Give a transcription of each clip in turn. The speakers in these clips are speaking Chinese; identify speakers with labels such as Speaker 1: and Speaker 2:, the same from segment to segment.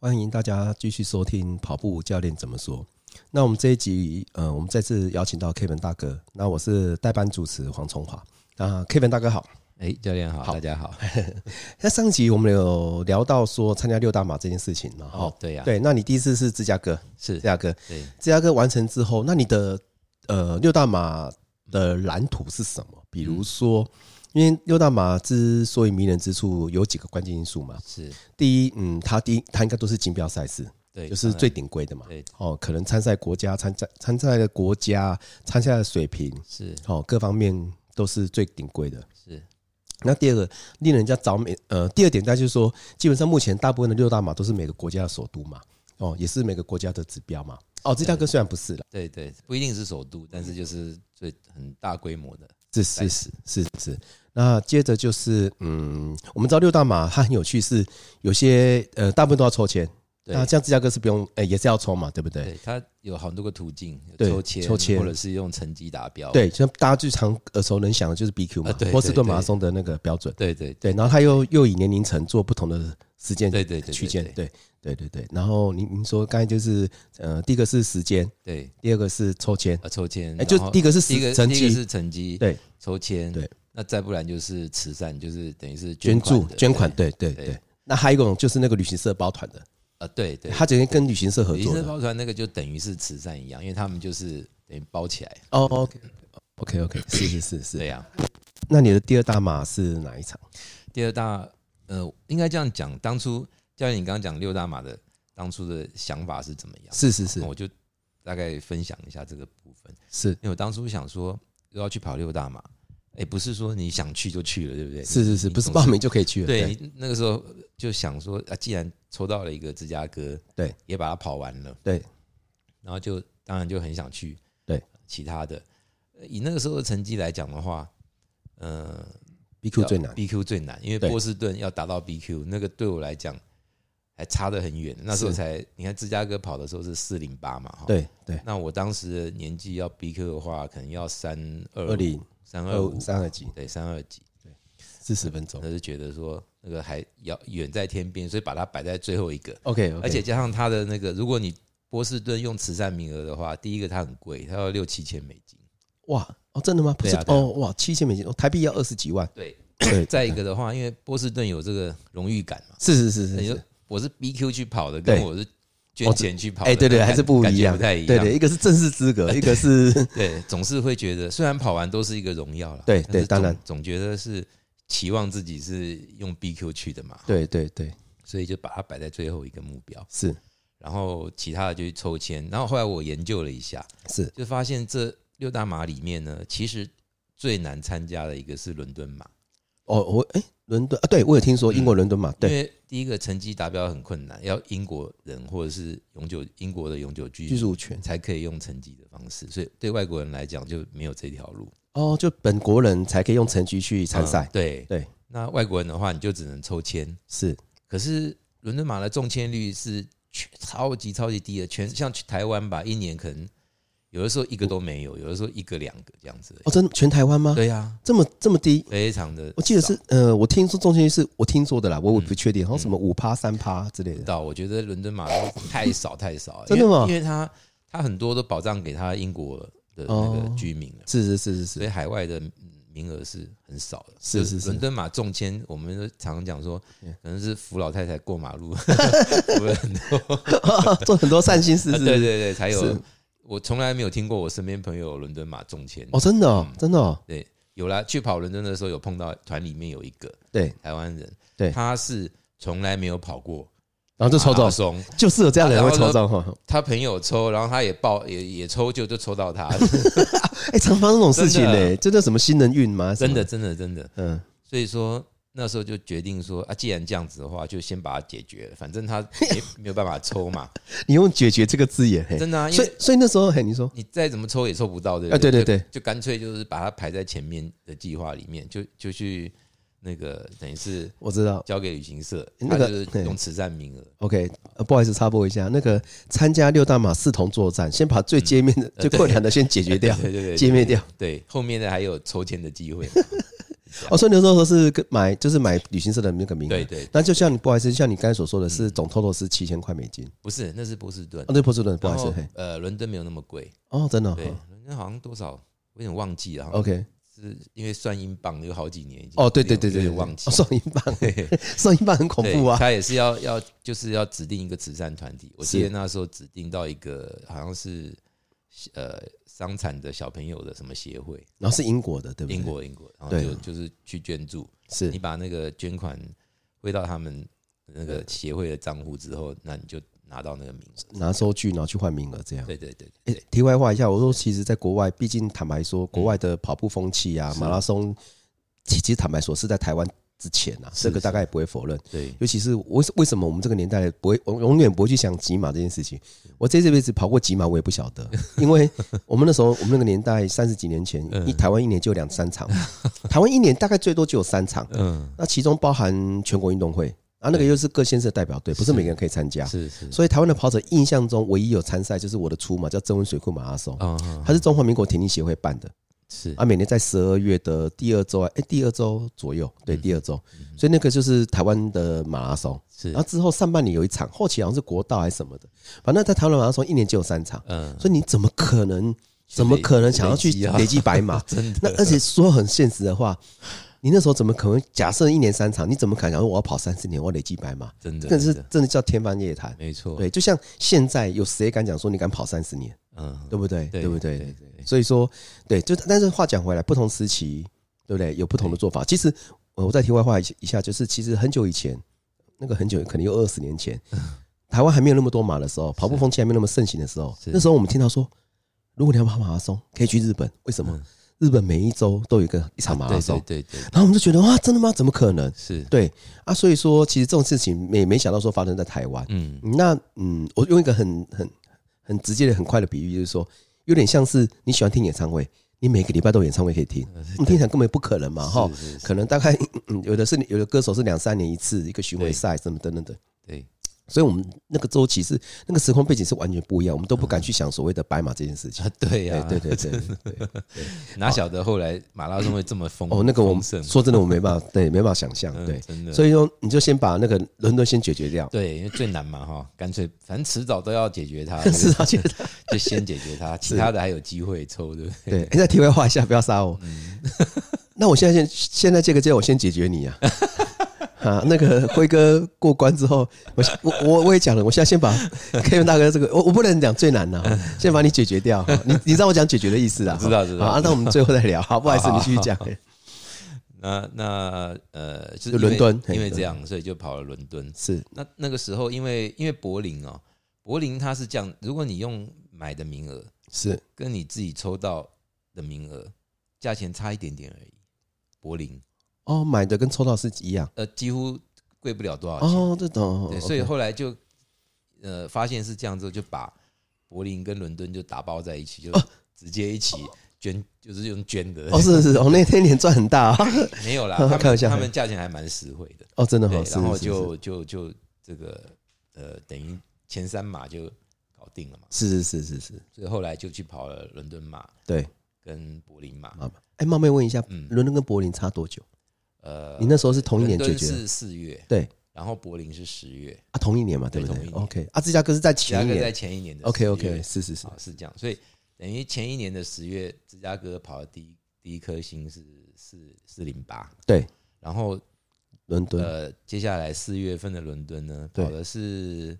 Speaker 1: 欢迎大家继续收听《跑步教练怎么说》。那我们这一集，呃，我们再次邀请到 Kevin 大哥，那我是代班主持黄崇华。啊，Kevin 大哥好。
Speaker 2: 哎，教练好，
Speaker 1: 好哎
Speaker 2: 大家好。
Speaker 1: 那上集我们有聊到说参加六大马这件事情嘛？
Speaker 2: 哦
Speaker 1: 哦，，
Speaker 2: 对呀、
Speaker 1: 对，那你第一次是芝加哥，
Speaker 2: 是
Speaker 1: 芝，加哥，
Speaker 2: 对，
Speaker 1: 芝加哥完成之后，那你的呃六大马的蓝图是什么？比如说，因为六大马之所以迷人之处，有几个关键因素嘛。
Speaker 2: 是，
Speaker 1: 第一，嗯，它第一，它应该都是锦标赛事，
Speaker 2: 对，
Speaker 1: 就是
Speaker 2: 当然
Speaker 1: 最顶规的嘛。
Speaker 2: 对，
Speaker 1: 哦，可能参赛国家、参赛参赛的国家、参赛的水平，
Speaker 2: 是
Speaker 1: 哦，各方面都是最顶规的。
Speaker 2: 是，
Speaker 1: 那第二个令人家着迷，呃，第二点，那就是说，基本上目前大部分的六大马都是每个国家的首都嘛，哦，也是每个国家的指标嘛。哦，芝加哥虽然不是了，
Speaker 2: 对对，不一定是首都，但是就是最很大规模的，
Speaker 1: 是是是是是。那接着就是，嗯，我们知道六大马它很有趣是，有些呃，大部分都要抽签，
Speaker 2: 对
Speaker 1: 那像芝加哥是不用，呃，也是要抽嘛，对不对？
Speaker 2: 对，它有很多个途径，有
Speaker 1: 对
Speaker 2: 抽签，
Speaker 1: 抽签
Speaker 2: 或者是用成绩达标，
Speaker 1: 对，像大家最常耳熟能详的就是 BQ 嘛，
Speaker 2: 啊对
Speaker 1: 波士
Speaker 2: 对
Speaker 1: 顿
Speaker 2: 对
Speaker 1: 马拉松的那个标准。
Speaker 2: 对对
Speaker 1: 对，然后他又又以年龄层做不同的时间
Speaker 2: 对对对
Speaker 1: 区间
Speaker 2: 对，
Speaker 1: 对对对对。然后您您说刚才就是呃，第一个是时间，
Speaker 2: 对，
Speaker 1: 第二个是抽签，
Speaker 2: 呃，抽签，
Speaker 1: 哎，就
Speaker 2: 然后
Speaker 1: 第一个是
Speaker 2: 第一
Speaker 1: 时
Speaker 2: 个
Speaker 1: 成
Speaker 2: 第一个
Speaker 1: 绩，
Speaker 2: 是成绩，
Speaker 1: 对，
Speaker 2: 抽签，
Speaker 1: 对，
Speaker 2: 那再不然就是慈善，就是等于是
Speaker 1: 捐
Speaker 2: 款
Speaker 1: 助
Speaker 2: 的
Speaker 1: 捐款，
Speaker 2: 对
Speaker 1: 对对
Speaker 2: 对
Speaker 1: 对。那还有一种就是那个旅行社包团的，
Speaker 2: 啊，对对，
Speaker 1: 他直接跟旅行社合
Speaker 2: 旅
Speaker 1: 作
Speaker 2: 行社
Speaker 1: 的。
Speaker 2: 包团那个就等于是慈善一样，因为他们就是等于包起来，
Speaker 1: 哦，OK OK OK，是是是是。
Speaker 2: 对呀、
Speaker 1: 那你的第二大马是哪一场？
Speaker 2: 第二大，呃，应该这样讲，当初教练你刚刚讲六大马的当初的想法是怎么样？
Speaker 1: 是是是
Speaker 2: 那我就大概分享一下这个部分，
Speaker 1: 是
Speaker 2: 因为我当初想说又要去跑六大马，哎、不是说你想去就去了，对不对？
Speaker 1: 是是是，
Speaker 2: 你
Speaker 1: 不是
Speaker 2: 总
Speaker 1: 报名就可以去了？
Speaker 2: 对，你那个时候就想说啊，既然抽到了一个芝加哥，
Speaker 1: 对，
Speaker 2: 也把它跑完了，
Speaker 1: 对，
Speaker 2: 然后就当然就很想去，
Speaker 1: 对，
Speaker 2: 其他的，呃以那个时候的成绩来讲的话，呃，
Speaker 1: ，BQ 最难。
Speaker 2: ，BQ 最难，因为
Speaker 1: 对
Speaker 2: 波士顿要达到 BQ，那个对我来讲还差得很远。那时候才，你看芝加哥跑的时候是四零八嘛，哈，
Speaker 1: 对对，
Speaker 2: 那我当时的年纪要 BQ 的话，可能要三
Speaker 1: 二
Speaker 2: 二
Speaker 1: 零
Speaker 2: 三
Speaker 1: 二
Speaker 2: 二
Speaker 1: 五
Speaker 2: 五，嗯
Speaker 1: 三二级
Speaker 2: 对，三二几，
Speaker 1: 四十分钟
Speaker 2: 那。就觉得说那个还要远在天边，所以把它摆在最后一个。
Speaker 1: OK，
Speaker 2: 而且加上它的那个，如果你波士顿用慈善名额的话，第一个它很贵，它要六七千美金。
Speaker 1: 哇哦，真的吗？不
Speaker 2: 对
Speaker 1: 是、
Speaker 2: 啊对啊
Speaker 1: 哦，哇，七千美金，哦台币要二十几万。
Speaker 2: 对，
Speaker 1: 对，
Speaker 2: 再一个的话，因为波士顿有这个荣誉感嘛，
Speaker 1: 是是是
Speaker 2: 那
Speaker 1: 是
Speaker 2: 你
Speaker 1: 是
Speaker 2: 说，我是 BQ 去跑的，
Speaker 1: 对
Speaker 2: 跟我是捐钱去跑的，
Speaker 1: 哎，对对，
Speaker 2: 感
Speaker 1: 还是不
Speaker 2: 感
Speaker 1: 一
Speaker 2: 觉
Speaker 1: 样，
Speaker 2: 不太一样。
Speaker 1: 对对，一个是正式资格，一个是
Speaker 2: 对总是会觉得，虽然跑完都是一个荣耀了，
Speaker 1: 对
Speaker 2: 但
Speaker 1: 对
Speaker 2: 是
Speaker 1: 当
Speaker 2: 总
Speaker 1: 然
Speaker 2: 总觉得是期望自己是用 BQ 去的嘛，
Speaker 1: 对对对，
Speaker 2: 所以就把它摆在最后一个目标，
Speaker 1: 是
Speaker 2: 然后其他的就去抽签。然后后来我研究了一下，
Speaker 1: 是
Speaker 2: 就发现这六大马里面呢，其实最难参加的一个是伦敦马，
Speaker 1: 哦，我哎，伦敦啊，对我有听说英国伦敦嘛，
Speaker 2: 因
Speaker 1: 对，
Speaker 2: 为第一个成绩达标很困难，要英国人或者是永久英国的永久居
Speaker 1: 居
Speaker 2: 民。
Speaker 1: 住权
Speaker 2: 才可以用成绩的方式，所以对外国人来讲就没有这条路
Speaker 1: 哦，就本国人才可以用成绩去参赛
Speaker 2: 嗯，对
Speaker 1: 对，
Speaker 2: 那外国人的话，你就只能抽签。
Speaker 1: 是
Speaker 2: 可是伦敦马的中签率是全超级超级低的，全像去台湾吧，一年可能有的时候一个都没有，有的时候一个两个这样子而
Speaker 1: 哦哦，真的全台湾吗
Speaker 2: 已。？对呀、
Speaker 1: 这么这么低？
Speaker 2: 非常的少。
Speaker 1: 我记得是呃，我听说中间是我听说的啦，我我
Speaker 2: 嗯
Speaker 1: 不确定，好像什么五趴三趴之类
Speaker 2: 不
Speaker 1: 的。
Speaker 2: 啊到，我觉得伦敦马拉松太少太少了，
Speaker 1: 真的吗
Speaker 2: 因为因为他他很多都保障给他英国的那个
Speaker 1: 哦
Speaker 2: 居民了，
Speaker 1: 是是是是
Speaker 2: 所以
Speaker 1: 是，
Speaker 2: 海外的名额是很少的。
Speaker 1: 是
Speaker 2: 就是
Speaker 1: 是
Speaker 2: 伦敦马中签，我们都常常讲说，可能是扶老太太过马路， 扶了很多，
Speaker 1: 做很多善心事，是
Speaker 2: 啊 对
Speaker 1: 是
Speaker 2: 对
Speaker 1: 是
Speaker 2: 对，才有
Speaker 1: 是。
Speaker 2: 我从来没有听过我身边朋友有伦敦马中签，
Speaker 1: 哦，真的
Speaker 2: 嗯
Speaker 1: 哦，真的哦，
Speaker 2: 对，有啦，去跑伦敦的时候有碰到团里面有一个
Speaker 1: 对，
Speaker 2: 台湾人，
Speaker 1: 对
Speaker 2: 他是从来没有跑过
Speaker 1: 然后就抽
Speaker 2: 马
Speaker 1: 中
Speaker 2: 拉，松，
Speaker 1: 就是有这样的人会抽中哈。
Speaker 2: 他朋友抽，然后他也报也也抽，就就抽 到他，
Speaker 1: 哎、常发生这种事情呢、
Speaker 2: 真啊
Speaker 1: 这叫什么新人运吗？
Speaker 2: 真的，真的真的。
Speaker 1: 什么，嗯，
Speaker 2: 所以说那时候就决定说啊，既然这样子的话，就先把它解决了，反正 他没没有办法抽嘛，
Speaker 1: 你用“解决”这个字眼，嘿，
Speaker 2: 真的啊，因
Speaker 1: 所
Speaker 2: 为
Speaker 1: 以所以那时候，嘿，你说
Speaker 2: 你再怎么抽也抽不到，对不
Speaker 1: 啊对对对
Speaker 2: 就就干脆就是把它排在前面的计划里面，就就去那个等于是
Speaker 1: 我知道
Speaker 2: 交给旅行社，
Speaker 1: 那
Speaker 2: 他
Speaker 1: 个
Speaker 2: 就是
Speaker 1: 对
Speaker 2: 用慈善名额。
Speaker 1: ，OK，、呃、不好意思插播一下，那个参加六大马四同作战，先把最界面的、最困难的先解决掉，
Speaker 2: 嗯 对对对对
Speaker 1: 界面掉，
Speaker 2: 对，后面的还有抽签的机会，这样
Speaker 1: 哦，所以牛头河是跟买就是买旅行社的那个名额。
Speaker 2: 对嗯对，对
Speaker 1: 那就像你不好意思，像你刚才所说的是总 total 是七千块美金，
Speaker 2: 不是，那是波士顿
Speaker 1: 哦，。对波士顿不好
Speaker 2: 然
Speaker 1: 意思
Speaker 2: 后，
Speaker 1: 嘿，
Speaker 2: 呃，伦敦没有那么贵，
Speaker 1: 哦，真的哦，
Speaker 2: 对，伦敦好像多少，我有点忘记了，好像
Speaker 1: OK，
Speaker 2: 是因为算英镑有好几年已经
Speaker 1: 哦，对对
Speaker 2: 有
Speaker 1: 对对，
Speaker 2: 有
Speaker 1: 对
Speaker 2: 点忘记
Speaker 1: 哦，算英镑， 算英镑很恐怖啊，
Speaker 2: 他也是要要就是要指定一个慈善团体。我记
Speaker 1: 是
Speaker 2: 得那时候指定到一个好像是呃伤残的小朋友的什么协会，
Speaker 1: 然后是英国的，对不对？
Speaker 2: 英国英国，然后
Speaker 1: 对
Speaker 2: 就就是去捐助，你
Speaker 1: 是
Speaker 2: 把那个捐款汇到他们那个协会的账户之后，那你就拿到那个名字。
Speaker 1: 拿收据，然后去换名额这样。
Speaker 2: 对对对
Speaker 1: 诶，
Speaker 2: 对，
Speaker 1: 题外话一下，我说其实，在国外，毕竟坦白说，国外的跑步风气啊，
Speaker 2: 是
Speaker 1: 马拉松，其其实坦白说是在台湾之前啊，
Speaker 2: 是
Speaker 1: 这个大概也不会否认。
Speaker 2: 对
Speaker 1: 尤其是为为什么我们这个年代不会，我永远不会去想几马这件事情。
Speaker 2: 嗯
Speaker 1: 我这这辈子跑过几马，我也不晓 得，因为我们那时候，我们那个年代三十几年前，
Speaker 2: 嗯
Speaker 1: 一台湾一年就有两三场，台湾一年大概最多就有三场，
Speaker 2: 嗯，
Speaker 1: 那其中包含全国运动会，啊，那个
Speaker 2: 对
Speaker 1: 又是各县市的代表队，不是
Speaker 2: 是
Speaker 1: 每个人可以参加。
Speaker 2: 是是，
Speaker 1: 所以台湾的跑者印象中唯一有参赛就是我的出马叫增温水库马拉松，
Speaker 2: 啊啊
Speaker 1: 它是中华民国田径协会办的，
Speaker 2: 是
Speaker 1: 啊，每年在十二月的第二周啊，哎，第二周左右，对，
Speaker 2: 嗯
Speaker 1: 第二周，
Speaker 2: 嗯
Speaker 1: 所以那个就是台湾的马拉松。
Speaker 2: 是
Speaker 1: 然后之后上半年有一场，后期好像是国道还是什么的，反正在台湾的马拉松一年就有三场，
Speaker 2: 嗯，
Speaker 1: 所以你怎么可能怎么可能想要去
Speaker 2: 累积啊？
Speaker 1: 累积白马
Speaker 2: 真
Speaker 1: 那
Speaker 2: 的
Speaker 1: 而且说很现实的话，你那时候怎么可能假设一年三场，你怎么可能想说我要跑三四年，我要累积白马？
Speaker 2: 真的
Speaker 1: 这个是
Speaker 2: 真的
Speaker 1: 真的叫天方夜谭。
Speaker 2: 没错，
Speaker 1: 对，就像现在有谁敢讲说你敢跑三十年，
Speaker 2: 嗯，
Speaker 1: 对不对？对不对？
Speaker 2: 对对
Speaker 1: 所以说，对，就但是话讲回来，不同时期，对不对？有不同的做法。其实呃我再题外话一一下，就是其实很久以前，那个很久可能有二十年前，
Speaker 2: 嗯
Speaker 1: 台湾还没有那么多马的时候，跑步风气还没有那么盛行的时候，
Speaker 2: 是
Speaker 1: 那时候我们听到说，如果你要跑马拉松，可以去日本。为什么
Speaker 2: 嗯？
Speaker 1: 日本每一周都有一个一场马拉
Speaker 2: 对
Speaker 1: 松
Speaker 2: 对，对对，
Speaker 1: 然后我们就觉得哇，真的吗？怎么可能？
Speaker 2: 是，
Speaker 1: 对啊，所以说其实这种事情没没想到说发生在台湾。
Speaker 2: 嗯，
Speaker 1: 那嗯，我用一个很很很直接的、很快的比喻，就是说，有点像是你喜欢听演唱会，你每个礼拜都有演唱会可以听，你听起来根本不可能嘛，哈。
Speaker 2: 呃是是是
Speaker 1: 可能大概、嗯有的是有的歌手是两三年一次一个巡回赛，什么等等的，
Speaker 2: 对，
Speaker 1: 所以我们那个周期是那个时空背景是完全不一样，我们都不
Speaker 2: 嗯
Speaker 1: 敢去想所谓的白马这件事情
Speaker 2: 啊。对呀、
Speaker 1: 对对 对对对 对，
Speaker 2: 哪晓得后来马拉松会这么丰
Speaker 1: 哦，那个我
Speaker 2: 丰
Speaker 1: 们
Speaker 2: 盛啊
Speaker 1: 说真的，我没办法，对，没办法想象，
Speaker 2: 嗯
Speaker 1: 对，
Speaker 2: 真的，
Speaker 1: 所
Speaker 2: 以
Speaker 1: 以说你就先把那个伦敦先解决掉，
Speaker 2: 对，因为最难嘛哈，干脆反正迟早都要解 决它，
Speaker 1: 是啊，觉得
Speaker 2: 就先解 决它，其他的还有机会抽，对不对？嗯
Speaker 1: 对，欸、再题外话一下，不要杀我。 那我现在先现在这个阶段，我先解决你 啊。啊，那个辉哥过关之后，我我我我也讲了，我现在先 把 Kevin 大哥这个，我我不能讲最难的、啊，先把你解决掉。你你知道我讲解决的意思啊？
Speaker 2: 嗯我知道知道
Speaker 1: 好啊，那我们最后再聊，好，不好意思，
Speaker 2: 好好
Speaker 1: 你继续讲。
Speaker 2: 那那呃，就是
Speaker 1: 就
Speaker 2: 因为
Speaker 1: 伦敦嘿
Speaker 2: 因为这样，所以就跑了伦敦。
Speaker 1: 是
Speaker 2: 那那个时候，因为因为柏林哦，柏林它是这样，如果你用买的名额
Speaker 1: 是，
Speaker 2: 跟你自己抽到的名额价钱差一点点而已，柏林
Speaker 1: 哦，买的跟抽到是一样。
Speaker 2: 呃几乎贵不了多少钱。
Speaker 1: 哦，这种
Speaker 2: 对，所以后来就呃发现是这样之后，就把柏林跟伦敦就打包在一起，就直接一起捐，就是用捐的。
Speaker 1: 哦，是是是，哦，那天脸赚很大啊。
Speaker 2: 没有啦，
Speaker 1: 开
Speaker 2: 他
Speaker 1: 玩
Speaker 2: 们
Speaker 1: 笑
Speaker 2: 他们价钱还蛮实惠的。
Speaker 1: 哦，真的
Speaker 2: 对
Speaker 1: 哦，，是
Speaker 2: 然后
Speaker 1: 是
Speaker 2: 就就就这个呃，等于前三码就搞定了嘛。
Speaker 1: 是是是是是，是
Speaker 2: 所以后来就去跑了伦敦马
Speaker 1: 对，
Speaker 2: 跟柏林马。
Speaker 1: 妈妈。哎，冒昧问一下，
Speaker 2: 嗯，
Speaker 1: 伦敦跟柏林差多久？
Speaker 2: 呃，
Speaker 1: 你那时候是同一年
Speaker 2: 伦
Speaker 1: 解
Speaker 2: 敦
Speaker 1: 决的
Speaker 2: 是四月，
Speaker 1: 对，
Speaker 2: 然后柏林是十月，
Speaker 1: 啊，同一年嘛，对
Speaker 2: 对
Speaker 1: 不对
Speaker 2: 同一年
Speaker 1: o k 啊，芝加哥是在
Speaker 2: 其他
Speaker 1: 前一
Speaker 2: 个在
Speaker 1: 年
Speaker 2: 前一年的
Speaker 1: ，OK
Speaker 2: 10月
Speaker 1: OK，是是是
Speaker 2: 啊，，是这样，所以等于前一年的十月，芝加哥跑的第一第一颗星是四四零八，
Speaker 1: 对，
Speaker 2: 然后
Speaker 1: 伦敦
Speaker 2: 呃，接下来四月份的伦敦呢，
Speaker 1: 对
Speaker 2: 跑的是，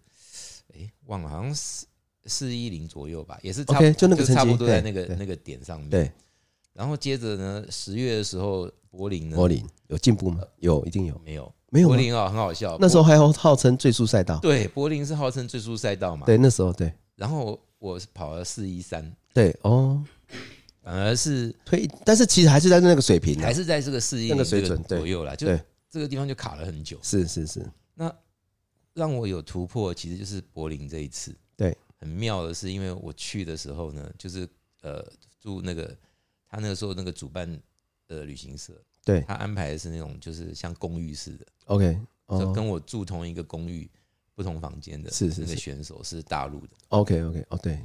Speaker 2: 哎、忘了，好像四四一零左右吧，也是差不
Speaker 1: OK，就那个成绩
Speaker 2: 差不多在
Speaker 1: 对
Speaker 2: 那个
Speaker 1: 对
Speaker 2: 那个点上面。
Speaker 1: 对，
Speaker 2: 然后接着呢，十月的时候，柏林呢，
Speaker 1: 柏林有进步吗？有，一定有，
Speaker 2: 没有，
Speaker 1: 没有
Speaker 2: 嗯呃柏
Speaker 1: 吗？
Speaker 2: 林啊、很好笑，
Speaker 1: 那时候
Speaker 2: 柏
Speaker 1: 还号号称最速赛道，
Speaker 2: 对柏林是号称最速赛道嘛，
Speaker 1: 对，那时候对
Speaker 2: 然后我是跑了四一三，
Speaker 1: 对哦，
Speaker 2: 反而是
Speaker 1: 推，但是其实还是在那个水平的啊
Speaker 2: 还，是在这个四一
Speaker 1: 那
Speaker 2: 零
Speaker 1: 个水准对
Speaker 2: 左右啦，就
Speaker 1: 对
Speaker 2: 这个地方就卡了很久。
Speaker 1: 是是是，
Speaker 2: 让我有突破，其实就是柏林这一次。
Speaker 1: 对，
Speaker 2: 很妙的是，因为我去的时候呢，就是呃住那个他那个时候那个主办的旅行社，
Speaker 1: 对
Speaker 2: 他安排的是那种就是像公寓似的，
Speaker 1: ，OK，
Speaker 2: 就
Speaker 1: 哦
Speaker 2: 跟我住同一个公寓不同房间的，
Speaker 1: 是是
Speaker 2: 那个
Speaker 1: 是
Speaker 2: 选手是大陆的，
Speaker 1: ，OK OK，哦对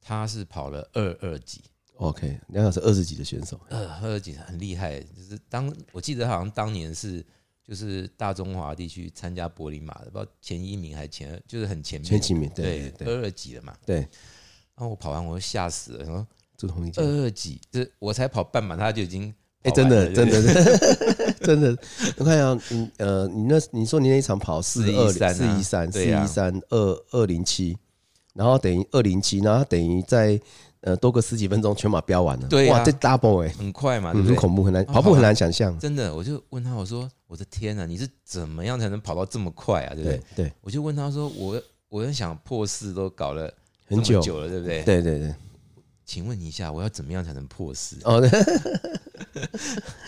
Speaker 2: 他是跑了二二级，
Speaker 1: OK，两小时二十几的选手，
Speaker 2: 呃，赫尔几很厉害，就是当我记得好像当年是就是大中华地区参加柏林马的，不知道前一名还是前二，就是很前面
Speaker 1: 前几名，对对
Speaker 2: 对
Speaker 1: 对
Speaker 2: 二二级了嘛。
Speaker 1: 对，
Speaker 2: 然后我跑完我就吓死了，然后
Speaker 1: 朱同一家
Speaker 2: 二，二级，这我才跑半马他就已经
Speaker 1: 哎，
Speaker 2: 跑
Speaker 1: 真
Speaker 2: 完
Speaker 1: 的
Speaker 2: 了
Speaker 1: 真的 真的，我看一下，你呃，你那你说你那一场跑四二
Speaker 2: 413啊
Speaker 1: 四一三四
Speaker 2: 对啊
Speaker 1: 一三二二零七，然后等于二零七，然后等于在呃多个十几分钟全马飙完了，
Speaker 2: 对啊
Speaker 1: 哇，这 double 哎，
Speaker 2: 很快嘛，对
Speaker 1: 嗯
Speaker 2: 不
Speaker 1: 很
Speaker 2: 对？
Speaker 1: 恐怖，很难
Speaker 2: 哦
Speaker 1: 跑步很难想象，
Speaker 2: 真的，我就问他，我说我的天啊呐，你是怎么样才能跑到这么快啊？对不对？
Speaker 1: 对对，
Speaker 2: 我就问他说，我我很想破四都搞了这
Speaker 1: 很
Speaker 2: 么
Speaker 1: 久，
Speaker 2: 了，对不对？
Speaker 1: 对对对，
Speaker 2: 请问一下，我要怎么样才能破四？
Speaker 1: 哦， 对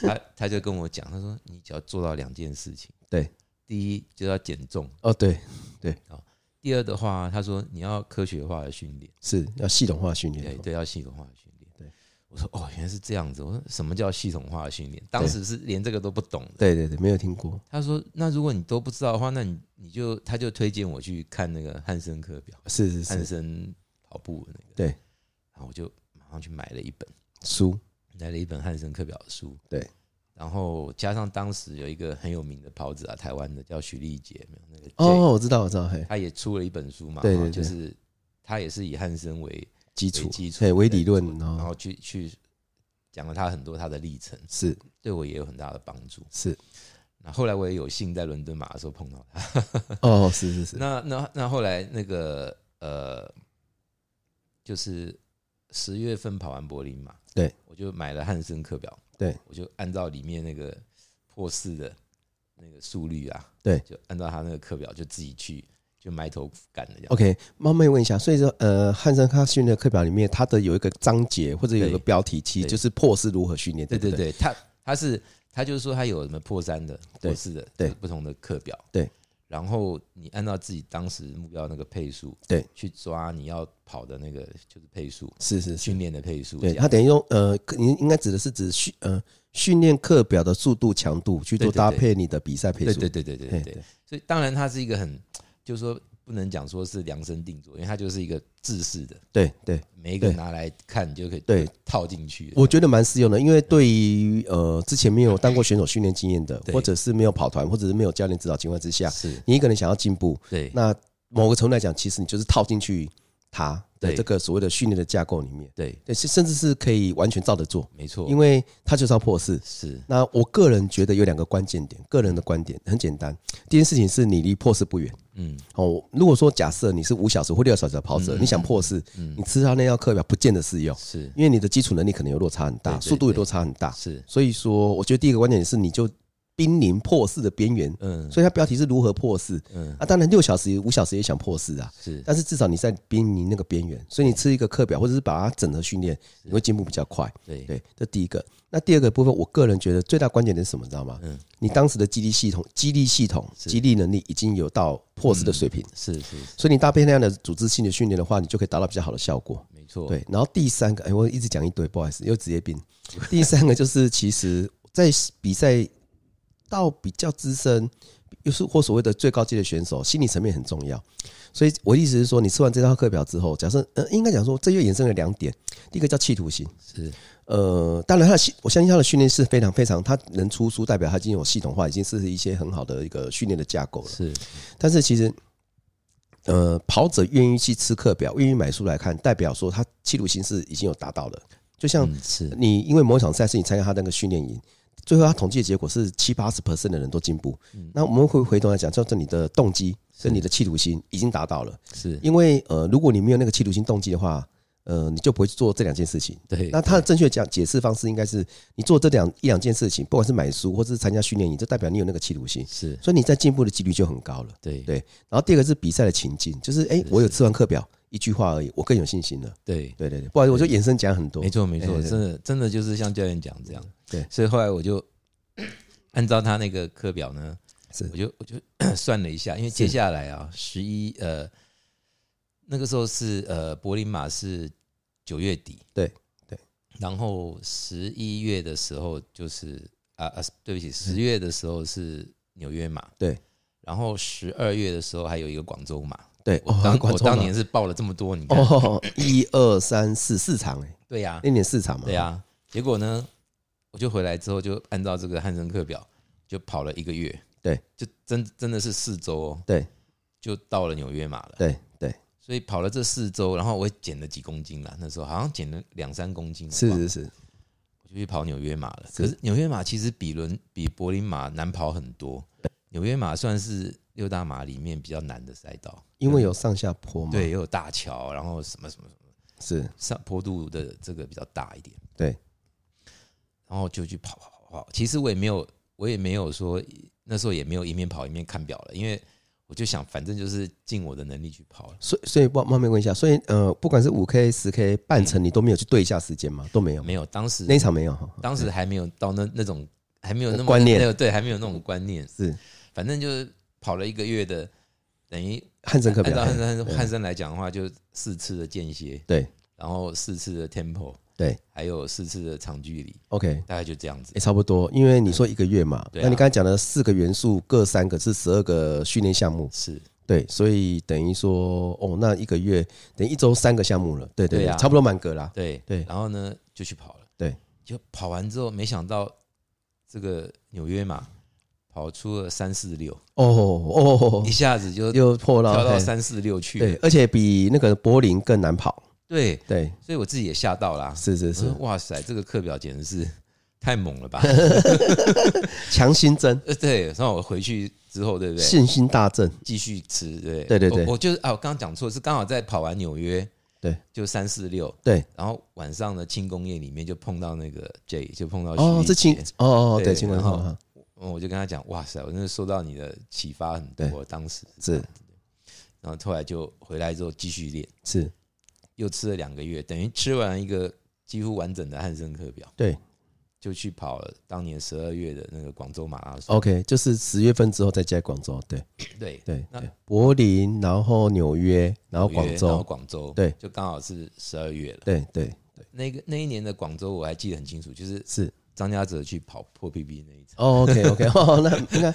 Speaker 2: 他他就跟我讲，他说你只要做到两件事情，
Speaker 1: 对，
Speaker 2: 第一就要减重，
Speaker 1: 哦对，
Speaker 2: 第二的话，他说你要科学化的训练，
Speaker 1: 是要系统化训
Speaker 2: 对
Speaker 1: 练，哦
Speaker 2: 对，要系统化的训练。
Speaker 1: 对，
Speaker 2: 我说哦，原来是这样子。我说什么叫系统化的训练？当时是连这个都不懂的。
Speaker 1: 对对对，没有听过，
Speaker 2: 他说那如果你都不知道的话，那你你就他就推荐我去看那个汉森课表，
Speaker 1: 是是
Speaker 2: 汉
Speaker 1: 是，
Speaker 2: 森跑步的那个。
Speaker 1: 对
Speaker 2: 然后我就马上去买了一本，
Speaker 1: 书，
Speaker 2: 买了一本汉森课表的书。
Speaker 1: 对。
Speaker 2: 然后加上当时有一个很有名的跑者啊，台湾的叫许丽杰，有没有那个 J,
Speaker 1: 哦，我知道我知道，嘿，
Speaker 2: 他也出了一本书嘛，
Speaker 1: 对
Speaker 2: 哈
Speaker 1: 对对
Speaker 2: 就是他也是以汉森为
Speaker 1: 基础
Speaker 2: 为基础
Speaker 1: 对，为理
Speaker 2: 对
Speaker 1: 论，哦
Speaker 2: 然
Speaker 1: 然后
Speaker 2: 后去去讲了他很多他的历程，
Speaker 1: 是
Speaker 2: 对我也有很大的帮助。
Speaker 1: 是，
Speaker 2: 那后来我也有幸在伦敦马的时候碰到他。
Speaker 1: 哦是是是，
Speaker 2: 那那那后来那个呃，就是十月份跑完柏林马，
Speaker 1: 对
Speaker 2: 我就买了汉森课表，
Speaker 1: 对
Speaker 2: 我就按照里面那个破四的那个速率啊，
Speaker 1: 对
Speaker 2: 就按照他那个课表就自己去就埋头干的这样。
Speaker 1: OK，冒昧问一下，所以说，呃，汉森他训练课表里面，它的有一个章节或者有一个
Speaker 2: 对
Speaker 1: 标题，其实
Speaker 2: 对
Speaker 1: 就是破是如何训练，
Speaker 2: 对
Speaker 1: 对
Speaker 2: 对
Speaker 1: 不，
Speaker 2: 对，他他是他就是说他有什么破三的、
Speaker 1: 对
Speaker 2: 破四的，
Speaker 1: 对
Speaker 2: 就是不同的课表，
Speaker 1: 对。
Speaker 2: 然后你按照自己当时目标那个配速，
Speaker 1: 对，
Speaker 2: 去抓你要跑的那个就是配速，
Speaker 1: 是是是，
Speaker 2: 训练的配速这
Speaker 1: 对，
Speaker 2: 样。
Speaker 1: 他等于用呃，你应该指的是指训呃训练课表的速度强度去做
Speaker 2: 对对对
Speaker 1: 搭配你的比赛配
Speaker 2: 对
Speaker 1: 速，
Speaker 2: 对对对对对
Speaker 1: 对
Speaker 2: 对。所以当然它是一个很，就是说不能讲说是量身定做，因为它就是一个制式的，
Speaker 1: 对对，
Speaker 2: 每一个
Speaker 1: 对
Speaker 2: 拿来看你就可以
Speaker 1: 对
Speaker 2: 套进去。
Speaker 1: 我觉得蛮适用的，因为对于呃之前没有当过选手训练经验的，
Speaker 2: 对
Speaker 1: 或者是没有跑团，或者是没有教练指导情况之下，
Speaker 2: 是
Speaker 1: 你一个人想要进步，
Speaker 2: 对
Speaker 1: 那某个程度来讲，其实你就是套进去它的
Speaker 2: 对
Speaker 1: 这个所谓的训练的架构里面。
Speaker 2: 对，
Speaker 1: 对，甚甚至是可以完全照着做，
Speaker 2: 没错，
Speaker 1: 因
Speaker 2: 为
Speaker 1: 为它就是要破四。
Speaker 2: 是
Speaker 1: 那我个人觉得有两个关键点，个人的观点很简单。第一件事情是你离破四不远
Speaker 2: 嗯
Speaker 1: 哦。如果说假设你是五小时或六小时的跑者，
Speaker 2: 嗯
Speaker 1: 你想破四，
Speaker 2: 嗯
Speaker 1: 你吃到那套课表不见得适用，
Speaker 2: 是
Speaker 1: 因为你的基础能力可能有落差很大，
Speaker 2: 对对
Speaker 1: 速度也落差很大。
Speaker 2: 是
Speaker 1: 所以说，我觉得第一个观点是你就濒临破四的边缘。
Speaker 2: 嗯
Speaker 1: 所以它标题是如何破四
Speaker 2: 嗯
Speaker 1: 啊？当然六小时、五小时也想破四啊，
Speaker 2: 是
Speaker 1: 但是至少你在濒临那个边缘，所以你吃一个课表或者是把它整合训练，你会进步比较快。
Speaker 2: 对
Speaker 1: 对，这第一个。那第二个部分，我个人觉得最大关键点是什么，你知道吗？
Speaker 2: 嗯
Speaker 1: 你当时的激励系统、激励系统、
Speaker 2: 是嗯
Speaker 1: 激励能力已经有到破四的水平，
Speaker 2: 是是是
Speaker 1: 所以你搭配那样的组织性的训练的话，你就可以达到比较好的效果。
Speaker 2: 没错，
Speaker 1: 对，然后第三个，哎、我一直讲一堆，不好意思，又职业病。第三个就是，其实，在比赛到比较资深，又是或所谓的最高阶的选手，心理层面很重要。所以我的意思是说，你吃完这套课表之后，假设，呃，应该讲说，这又衍生了两点，第一个叫企图心，
Speaker 2: 是
Speaker 1: 呃，当然他的系，我相信他的训练是非常非常，他能出书，代表他已经有系统化，已经是一些很好的一个训练的架构了。
Speaker 2: 是
Speaker 1: 但是其实，呃，跑者愿意去吃课表，愿意买书来看，代表说他企图心是已经有达到了。就像
Speaker 2: 嗯是
Speaker 1: 你因为某一场赛事，你参加他那个训练营，最后他统计的结果是七八十 percent 的人都进步。
Speaker 2: 嗯
Speaker 1: 那我们会回头来讲，叫做你的动机
Speaker 2: 是
Speaker 1: 跟你的企图心已经达到了。
Speaker 2: 是，
Speaker 1: 因为呃，如果你没有那个企图心动机的话，呃，你就不会去做这两件事情。
Speaker 2: 对，
Speaker 1: 那他的正确讲解释方式应该是，你做这两一两件事情，不管是买书或是参加训练营，就代表你有那个企图心，
Speaker 2: 是
Speaker 1: 所以你在进步的几率就很高了。
Speaker 2: 对
Speaker 1: 对然后第二个是比赛的情境，就是哎、
Speaker 2: 是
Speaker 1: 我有吃完课表，一句话而已，我更有信心了。
Speaker 2: 对，
Speaker 1: 对对对，不好意思，我就
Speaker 2: 对
Speaker 1: 延伸讲很多
Speaker 2: 没。错没
Speaker 1: 对
Speaker 2: 错，
Speaker 1: 对
Speaker 2: 真的真的就是像教练讲这样，
Speaker 1: 哎对
Speaker 2: 所以后来我就 按照他那个课表呢，
Speaker 1: 是
Speaker 2: 我就我就 算了一下，因为接下来啊，十一呃那个时候是呃柏林马是九月底，
Speaker 1: 对对，
Speaker 2: 然后十一月的时候就是啊啊，对不起，十月的时候是纽约马，
Speaker 1: 嗯对，
Speaker 2: 然后十二月的时候还有一个广州马，
Speaker 1: 对，
Speaker 2: 我
Speaker 1: 哦，
Speaker 2: 当
Speaker 1: 他管
Speaker 2: 我
Speaker 1: 中了
Speaker 2: 当年是报了这么多，你看，
Speaker 1: 哦，一二三四四场哎，
Speaker 2: 对呀、
Speaker 1: 那年四场嘛，
Speaker 2: 对呀、啊结果呢，我就回来之后就按照这个汉森课表就跑了一个月，
Speaker 1: 对，
Speaker 2: 就真真的是四周哦，
Speaker 1: 对，
Speaker 2: 就到了纽约马了。
Speaker 1: 对对，
Speaker 2: 所以跑了这四周，然后我也减了几公斤啦，那时候好像减了两三公斤，
Speaker 1: 是
Speaker 2: 哇
Speaker 1: 是是，
Speaker 2: 我就去跑纽约马了。
Speaker 1: 是
Speaker 2: 可是纽约马其实比伦比柏林马难跑很多，纽约马算是六大马里面比较难的赛道，
Speaker 1: 因为有上下坡嘛，
Speaker 2: 对，，也有大桥，然后什么什么什么
Speaker 1: 是
Speaker 2: 上坡度的这个比较大一点，
Speaker 1: 对。
Speaker 2: 然后就去跑跑跑跑，其实我也没有，我也没有说那时候也没有一面跑一面看表了，因为我就想反正就是尽我的能力去跑了。
Speaker 1: 所以所以冒冒昧问一下，所以呃，不管是五 K、十 K、半程，你都没有去对一下时间吗？都没有，
Speaker 2: 没有，当时
Speaker 1: 那一场没有哈。
Speaker 2: 当时还没有到那那种还没有那么
Speaker 1: 观念
Speaker 2: 没有对，还没有那种观念。
Speaker 1: 是
Speaker 2: 反正就是跑了一个月的，等于
Speaker 1: 汉森课
Speaker 2: 按
Speaker 1: 表哎
Speaker 2: 照，汉森
Speaker 1: 对
Speaker 2: 汉森来讲的话，就四次的间歇，
Speaker 1: 对
Speaker 2: 然后四次的 tempo，
Speaker 1: 对哎
Speaker 2: 还有四次的长距离，
Speaker 1: ，OK，
Speaker 2: 大概就这样子
Speaker 1: 也。差不多。因为你说一个月嘛，
Speaker 2: 对
Speaker 1: 那
Speaker 2: 啊
Speaker 1: 你刚才讲的四个元素各三个是十二个训练项目，
Speaker 2: 是，
Speaker 1: 对，所以等于说哦，那一个月等于一周三个项目了，对对
Speaker 2: 对
Speaker 1: 对
Speaker 2: 啊，
Speaker 1: 差不多满格啦。
Speaker 2: 对
Speaker 1: 对
Speaker 2: 然后呢，就去跑了。
Speaker 1: 对，
Speaker 2: 就跑完之后，没想到这个纽约嘛，跑出了三四六，
Speaker 1: 哦哦哦
Speaker 2: 一，下子就
Speaker 1: 又破了，
Speaker 2: 跳到
Speaker 1: 嘿
Speaker 2: 三四六去
Speaker 1: 对
Speaker 2: 了，。
Speaker 1: 而且比那个柏林更难跑，
Speaker 2: 对，
Speaker 1: 对，
Speaker 2: 所以我自己也吓到啦。
Speaker 1: 是是
Speaker 2: 我说
Speaker 1: 是，
Speaker 2: 哇塞，这个课表简直是太猛 了吧！
Speaker 1: 强心针，
Speaker 2: 呃，对，然后我回去之后，对不对？
Speaker 1: 信心大振，
Speaker 2: 继续吃，对不
Speaker 1: 对对对
Speaker 2: 我我就是啊，我刚刚讲错，是刚好在跑完纽约，
Speaker 1: 对，
Speaker 2: 就三四六，
Speaker 1: 对，
Speaker 2: 然后晚上的庆功宴里面就碰到那个 J，就碰到
Speaker 1: 哦，
Speaker 2: 徐
Speaker 1: 这
Speaker 2: 一
Speaker 1: 亲
Speaker 2: 杰
Speaker 1: 哦哦对，
Speaker 2: 对
Speaker 1: 亲文
Speaker 2: 然后
Speaker 1: 哈，
Speaker 2: 嗯我就跟他讲，哇塞，我真的受到你的启发很多，当时
Speaker 1: 是
Speaker 2: 这样子的然后后来就回来之后继续练，
Speaker 1: 是
Speaker 2: 又吃了两个月，等于吃完一个几乎完整的汉森课表，
Speaker 1: 对，
Speaker 2: 就去跑了当年十二月的那个广州马拉松，
Speaker 1: OK，就是十月份之后再加广州，对
Speaker 2: 对，
Speaker 1: 哦对
Speaker 2: 那
Speaker 1: 对，柏林，然后纽约，然后
Speaker 2: 纽
Speaker 1: 广
Speaker 2: 约然后
Speaker 1: 州，
Speaker 2: 广州，
Speaker 1: 对
Speaker 2: 就刚好是十二月了。
Speaker 1: 对对
Speaker 2: 那个那一年的广州我还记得很清楚，就是
Speaker 1: 是
Speaker 2: 张家泽去跑破 PB 那一场，
Speaker 1: OK OK，哦，那应该